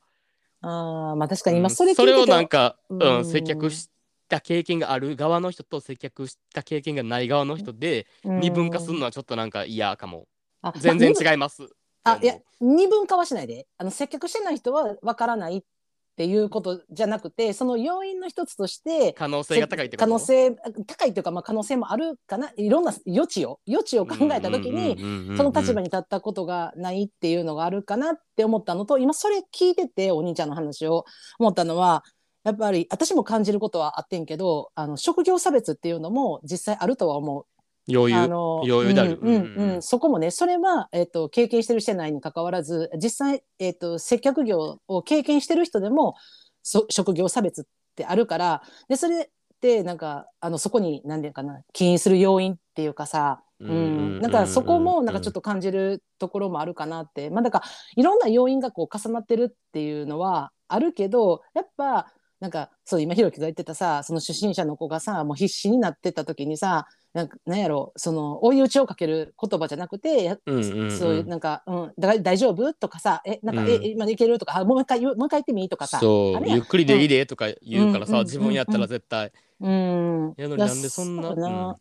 [SPEAKER 1] あーまあ確かに
[SPEAKER 2] うん
[SPEAKER 1] 今それ聞い
[SPEAKER 2] そ
[SPEAKER 1] て
[SPEAKER 2] れを
[SPEAKER 1] て
[SPEAKER 2] なんか
[SPEAKER 1] う
[SPEAKER 2] うんん接客した経験がある側の人と接客した経験がない側の人で
[SPEAKER 1] うん
[SPEAKER 2] 二分化するのはちょっとなんか嫌かも
[SPEAKER 1] あ
[SPEAKER 2] 全然
[SPEAKER 1] ま
[SPEAKER 2] 違います。
[SPEAKER 1] あ二分あいや二分化はしないであの接客してない人はわからないっていうことじゃなくてその要因の一つとして
[SPEAKER 2] 可能性が高いってこと
[SPEAKER 1] 可能性高いというか、まあ、可能性もあるかないろんな余地を余地を考えた時に、その立場に
[SPEAKER 2] に
[SPEAKER 1] 立ったことがないっていうのがあるかなって思ったのと今それ聞いててお兄ちゃんの話を思ったのはやっぱり私も感じることはあってんけどあの職業差別っていうのも実際あるとは思う。
[SPEAKER 2] 余
[SPEAKER 1] あ
[SPEAKER 2] 裕
[SPEAKER 1] の
[SPEAKER 2] 余裕である
[SPEAKER 1] うんうん
[SPEAKER 2] うんうん
[SPEAKER 1] うんそこもねそれは、えっと経験してるしてないに関わらず実際、えっと接客業を経験してる人でもそ職業差別ってあるからでそれってなんかあのそこに何て言うかな起因する要因っていうかさ、うん、なんかそこもなんかちょっ
[SPEAKER 2] と
[SPEAKER 1] と感じるところもあるかなって、まあだからいろんな要因がこう重なってるっていうのはあるけどやっぱなんかそう今ひろきが言ってたさその初心者の子がさもう必死になってた時にさなんかなんやろその追い打ちをかける言葉じゃなくてや
[SPEAKER 2] うんうんうん
[SPEAKER 1] そういうなんか「うん、だから大丈夫?」とかさ「えなんか、
[SPEAKER 2] うん
[SPEAKER 1] え今いける?」とかあ「もう一回言うもう一回言ってみ?」とかさ
[SPEAKER 2] そ
[SPEAKER 1] あ
[SPEAKER 2] う
[SPEAKER 1] れや
[SPEAKER 2] ゆっくりでいいでとか言う
[SPEAKER 1] うんう
[SPEAKER 2] から
[SPEAKER 1] んうん
[SPEAKER 2] さ
[SPEAKER 1] うん
[SPEAKER 2] 自分やったら絶対
[SPEAKER 1] うん。
[SPEAKER 2] いやでも
[SPEAKER 1] だ
[SPEAKER 2] なんでそんな
[SPEAKER 1] そうだな。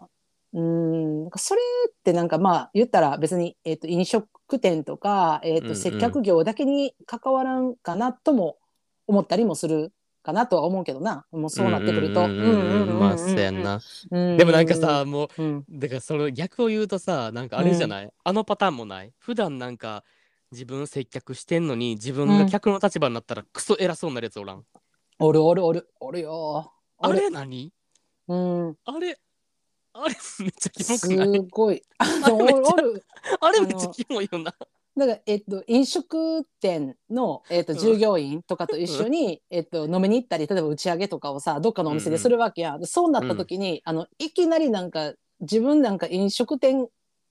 [SPEAKER 1] うん、なんかそれってなんかまあ言ったら別に、えっと飲食店とか、えっ
[SPEAKER 2] うんう
[SPEAKER 1] と
[SPEAKER 2] ん
[SPEAKER 1] 接客業だけに関わらんかなとも思ったりもするかなとは思うけどなもうそうなってくると。
[SPEAKER 2] うんうんうんうんまあそうやんなで
[SPEAKER 1] で
[SPEAKER 2] もなんか、さも
[SPEAKER 1] う
[SPEAKER 2] う
[SPEAKER 1] ん
[SPEAKER 2] だからその逆を言うとさなんかあれじゃない、あのパターンもない普段なんか自分接客してんのに自
[SPEAKER 1] う
[SPEAKER 2] 分が
[SPEAKER 1] ん
[SPEAKER 2] 客の立場になったらクソ偉そうになるやつおらん、
[SPEAKER 1] おるおるおるおるよ。お
[SPEAKER 2] あ
[SPEAKER 1] る
[SPEAKER 2] れ何
[SPEAKER 1] うん、
[SPEAKER 2] あれあれ めっちゃキモ
[SPEAKER 1] す
[SPEAKER 2] くない
[SPEAKER 1] ごい。あのお
[SPEAKER 2] めっちゃ
[SPEAKER 1] るおる。
[SPEAKER 2] あれめっちゃキモいよな
[SPEAKER 1] だから、えっと、飲食店の、えっと、
[SPEAKER 2] うん
[SPEAKER 1] 従業員とかと一緒に、えっと、飲みに行ったり例えば打ち上げとかをさどっかのお店でするわけや、んでそうなった時に、あのいきなりなんか自分なんか飲食店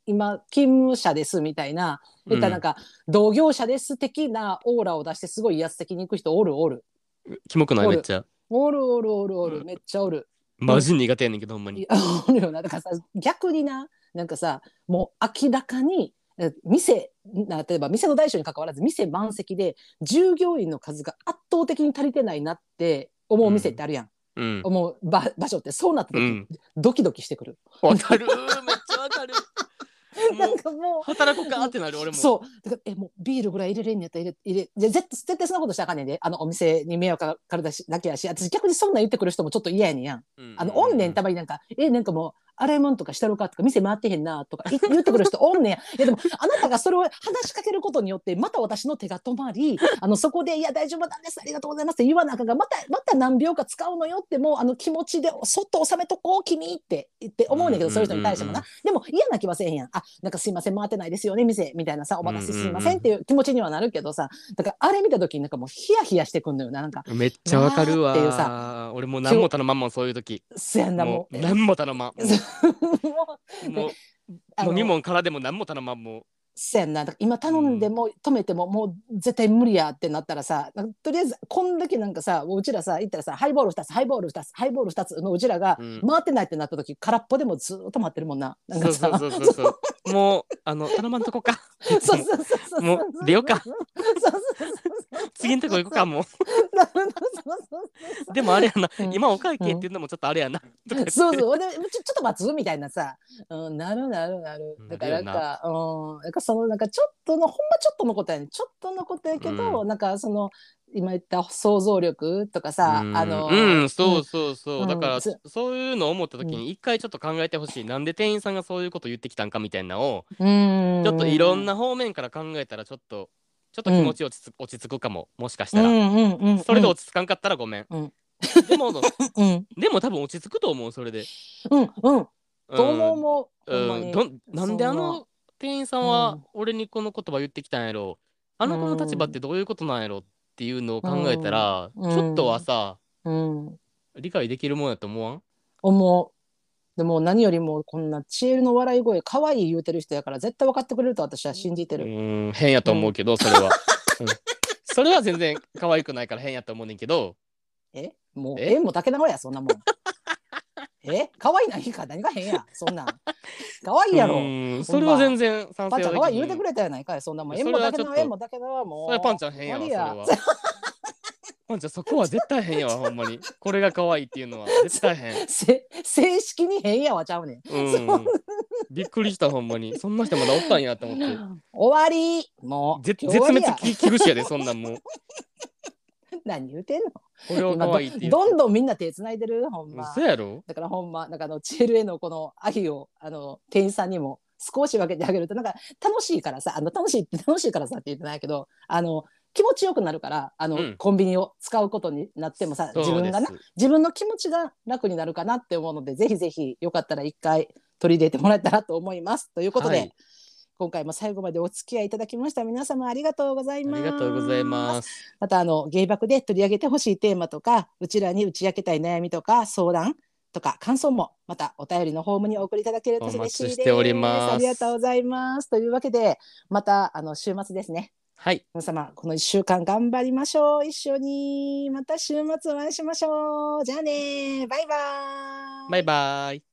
[SPEAKER 1] 今勤務者ですみたいな言ったらなんか、同業者です的なオーラを出してすごい威圧的に行く人おるおる
[SPEAKER 2] うんキモくない
[SPEAKER 1] おる
[SPEAKER 2] めっちゃ
[SPEAKER 1] おるおるおるおる、
[SPEAKER 2] うん
[SPEAKER 1] めっちゃおる
[SPEAKER 2] マジ苦手やねんけどほんま
[SPEAKER 1] い
[SPEAKER 2] に
[SPEAKER 1] や おるよなだからさ逆にななんかさもう明らかにえ店な例えば店の大小に関わらず店満席で従業員の数が圧倒的に足りてないなって思う店ってあるやん、
[SPEAKER 2] うん
[SPEAKER 1] 思う場場所ってそうなった
[SPEAKER 2] う
[SPEAKER 1] 時、
[SPEAKER 2] ん
[SPEAKER 1] ドキドキしてくる
[SPEAKER 2] わかるめっちゃわかる
[SPEAKER 1] なん
[SPEAKER 2] もう
[SPEAKER 1] かも
[SPEAKER 2] 働こうかってなる俺
[SPEAKER 1] う
[SPEAKER 2] も
[SPEAKER 1] そうだからえもうビールぐらい入れれんのやったら入れ入れじゃ絶絶対そんなことしたらあかんねんであのお店に迷惑かかるだしだけやし私逆にそんなん言ってくる人もちょっと嫌やねんやん
[SPEAKER 2] うん
[SPEAKER 1] あの、おんねん、たまになんか、え、なんかもう、洗い物とかしたろかとか、店回ってへんなとかい言ってくる人おんねん。いや、でも、あなたがそれを話しかけることによって、また私の手が止まり、あの、そこで、いや、大丈夫なんです、ありがとうございますって言わなあかんが、また、また何秒か使うのよって、もう、あの、気持ちで、そっと収めとこう、君って言って思うねんけど、
[SPEAKER 2] うん
[SPEAKER 1] そういう人に対してもな。でも、嫌な気はせえへんやん。あ、なんかすいません、回ってないですよね、店、みたいなさ、お任せすいませんっていう気持ちにはなるけどさ、だから、あれ見た時になんかもう、ヒヤヒヤしてくんのよな、なんか、
[SPEAKER 2] めっちゃわかる
[SPEAKER 1] わー
[SPEAKER 2] わ
[SPEAKER 1] っていうさ
[SPEAKER 2] 俺もう何も頼まんもんそういう時
[SPEAKER 1] すやんな、
[SPEAKER 2] も
[SPEAKER 1] も
[SPEAKER 2] う
[SPEAKER 1] う。
[SPEAKER 2] 何も頼ま
[SPEAKER 1] も
[SPEAKER 2] ん
[SPEAKER 1] う
[SPEAKER 2] もう
[SPEAKER 1] あの
[SPEAKER 2] 飲み物からでも何も頼まんもう
[SPEAKER 1] せやんなだから今頼んでも止めてももう絶対無理やってなったらさなんかとりあえずこんだけなんかさうちらさ行ったらさハイボール2つハイボール2つハイボール2つのうちらが
[SPEAKER 2] うん
[SPEAKER 1] 回ってないってなった時空っぽでもずっと待ってるもんななん
[SPEAKER 2] そう
[SPEAKER 1] か
[SPEAKER 2] そ
[SPEAKER 1] さ
[SPEAKER 2] うそうそうそう。もうあの頼まんとこか。
[SPEAKER 1] そうそうそうそう
[SPEAKER 2] もう出ようか
[SPEAKER 1] そうそうそう
[SPEAKER 2] 次のとこ行こうかも
[SPEAKER 1] なるほどそうそう
[SPEAKER 2] う。でもあれやな、
[SPEAKER 1] うん
[SPEAKER 2] 今お会計っていうのもちょっとあれやな。とか言って
[SPEAKER 1] そうそう俺ちょちょっと待つみたいなさ、うん、なるなるなるだからなんかうん、なんかそのなんかちょっとのほんまちょっとのことやねんちょっとのことやけど、なんかその今言った想像力とかさ、
[SPEAKER 2] うん
[SPEAKER 1] あの
[SPEAKER 2] うん、そうそうそう。
[SPEAKER 1] うん
[SPEAKER 2] だから、
[SPEAKER 1] つ
[SPEAKER 2] そういうのを思った時
[SPEAKER 1] う
[SPEAKER 2] に一回ちょっと考えてほしい。なんで店員さんがそういうこと言ってきたんかみたいなのを、
[SPEAKER 1] うん
[SPEAKER 2] ちょっといろんな方面から考えたらちょっとちょっと気持ち落ち着落ち着くかも。もしかした
[SPEAKER 1] う
[SPEAKER 2] ら。
[SPEAKER 1] んうんうんうん
[SPEAKER 2] それで落ち着かんかったらごめん。
[SPEAKER 1] うん
[SPEAKER 2] でも
[SPEAKER 1] うん
[SPEAKER 2] でも多分落ち着くと思うそ れで。
[SPEAKER 1] うんうん
[SPEAKER 2] うん
[SPEAKER 1] どうも思う、ほんま
[SPEAKER 2] うん、
[SPEAKER 1] に
[SPEAKER 2] どんなんであ
[SPEAKER 1] そん
[SPEAKER 2] の店員さん
[SPEAKER 1] う
[SPEAKER 2] は
[SPEAKER 1] ん
[SPEAKER 2] 俺にこの言葉言ってきたんやろあの子の立場ってどういうことなんやろっていうのを考えたら、
[SPEAKER 1] うん
[SPEAKER 2] ちょっとはさ
[SPEAKER 1] うん
[SPEAKER 2] 理解できるもんやと思わん
[SPEAKER 1] 思うでも何よりもこんなチエルの笑い声可愛い言うてる人やから絶対分かってくれると私は信じて
[SPEAKER 2] う
[SPEAKER 1] る、
[SPEAKER 2] ん変やと思うけどそれは、うんそれは全然可愛くないから 変やと思うねんけど
[SPEAKER 1] えもう
[SPEAKER 2] え
[SPEAKER 1] えもう竹中やそんなもん え可愛いないいか何が変やそんなん可愛いやろ
[SPEAKER 2] うんそれは全然賛成
[SPEAKER 1] パ
[SPEAKER 2] は
[SPEAKER 1] ン
[SPEAKER 2] で
[SPEAKER 1] ちゃん
[SPEAKER 2] き
[SPEAKER 1] 可愛い
[SPEAKER 2] ひん
[SPEAKER 1] 言うてくれたやないかいそんなもん
[SPEAKER 2] そ
[SPEAKER 1] え
[SPEAKER 2] れ
[SPEAKER 1] も
[SPEAKER 2] は
[SPEAKER 1] だけ
[SPEAKER 2] ちょ
[SPEAKER 1] な
[SPEAKER 2] っと
[SPEAKER 1] えもだけなも
[SPEAKER 2] そうれパンちゃん変やわそ
[SPEAKER 1] 終
[SPEAKER 2] れは
[SPEAKER 1] わ
[SPEAKER 2] パンちゃんそこは絶対変やわほんまにこれが可愛いっていうのは絶対変
[SPEAKER 1] りやせ正式に変やわちゃう ねん
[SPEAKER 2] うんびっくりしたほんまにそんな人まだおったんやと思って。
[SPEAKER 1] 終わりもう
[SPEAKER 2] ぜ
[SPEAKER 1] 今日
[SPEAKER 2] 絶
[SPEAKER 1] 終わ
[SPEAKER 2] 滅
[SPEAKER 1] りや
[SPEAKER 2] 危危惧種やでそ んなんもう
[SPEAKER 1] 何言うてんの
[SPEAKER 2] これは
[SPEAKER 1] 今
[SPEAKER 2] 可愛いって言
[SPEAKER 1] ど
[SPEAKER 2] う
[SPEAKER 1] どんどんみんな手繋いでるほんま
[SPEAKER 2] 嘘やろ
[SPEAKER 1] だからほんまなんかあのチエルへのこの愛をあの店員さんにも少し分けてあげるとなんか楽しいからさあの楽しいって楽しいからさって言ってないけどあの気持ちよくなるからあの、
[SPEAKER 2] うん
[SPEAKER 1] コンビニを使うことになってもさ自分がな
[SPEAKER 2] そうです
[SPEAKER 1] 自分の気持ちが楽になるかなって思うのでぜひぜひよかったら一回取り入れてもらえたらと思いますということで、
[SPEAKER 2] はい
[SPEAKER 1] 今回も最後までお付き合いいただきました皆様ありがとうござい
[SPEAKER 2] あ
[SPEAKER 1] ます
[SPEAKER 2] りがとうございます
[SPEAKER 1] またあの芸爆で取り上げてほしいテーマとかうちらに打ち明けたい悩みとか相談とか感想もまたお便りのホームにお送りいただけると嬉しいです
[SPEAKER 2] お待ちしております
[SPEAKER 1] ありがとうございますというわけでまたあの週末ですね
[SPEAKER 2] はい。
[SPEAKER 1] 皆様、この1週間頑張りましょう。一緒に。また週末お会いしましょう。じゃあねバイバイ。
[SPEAKER 2] バイバイ。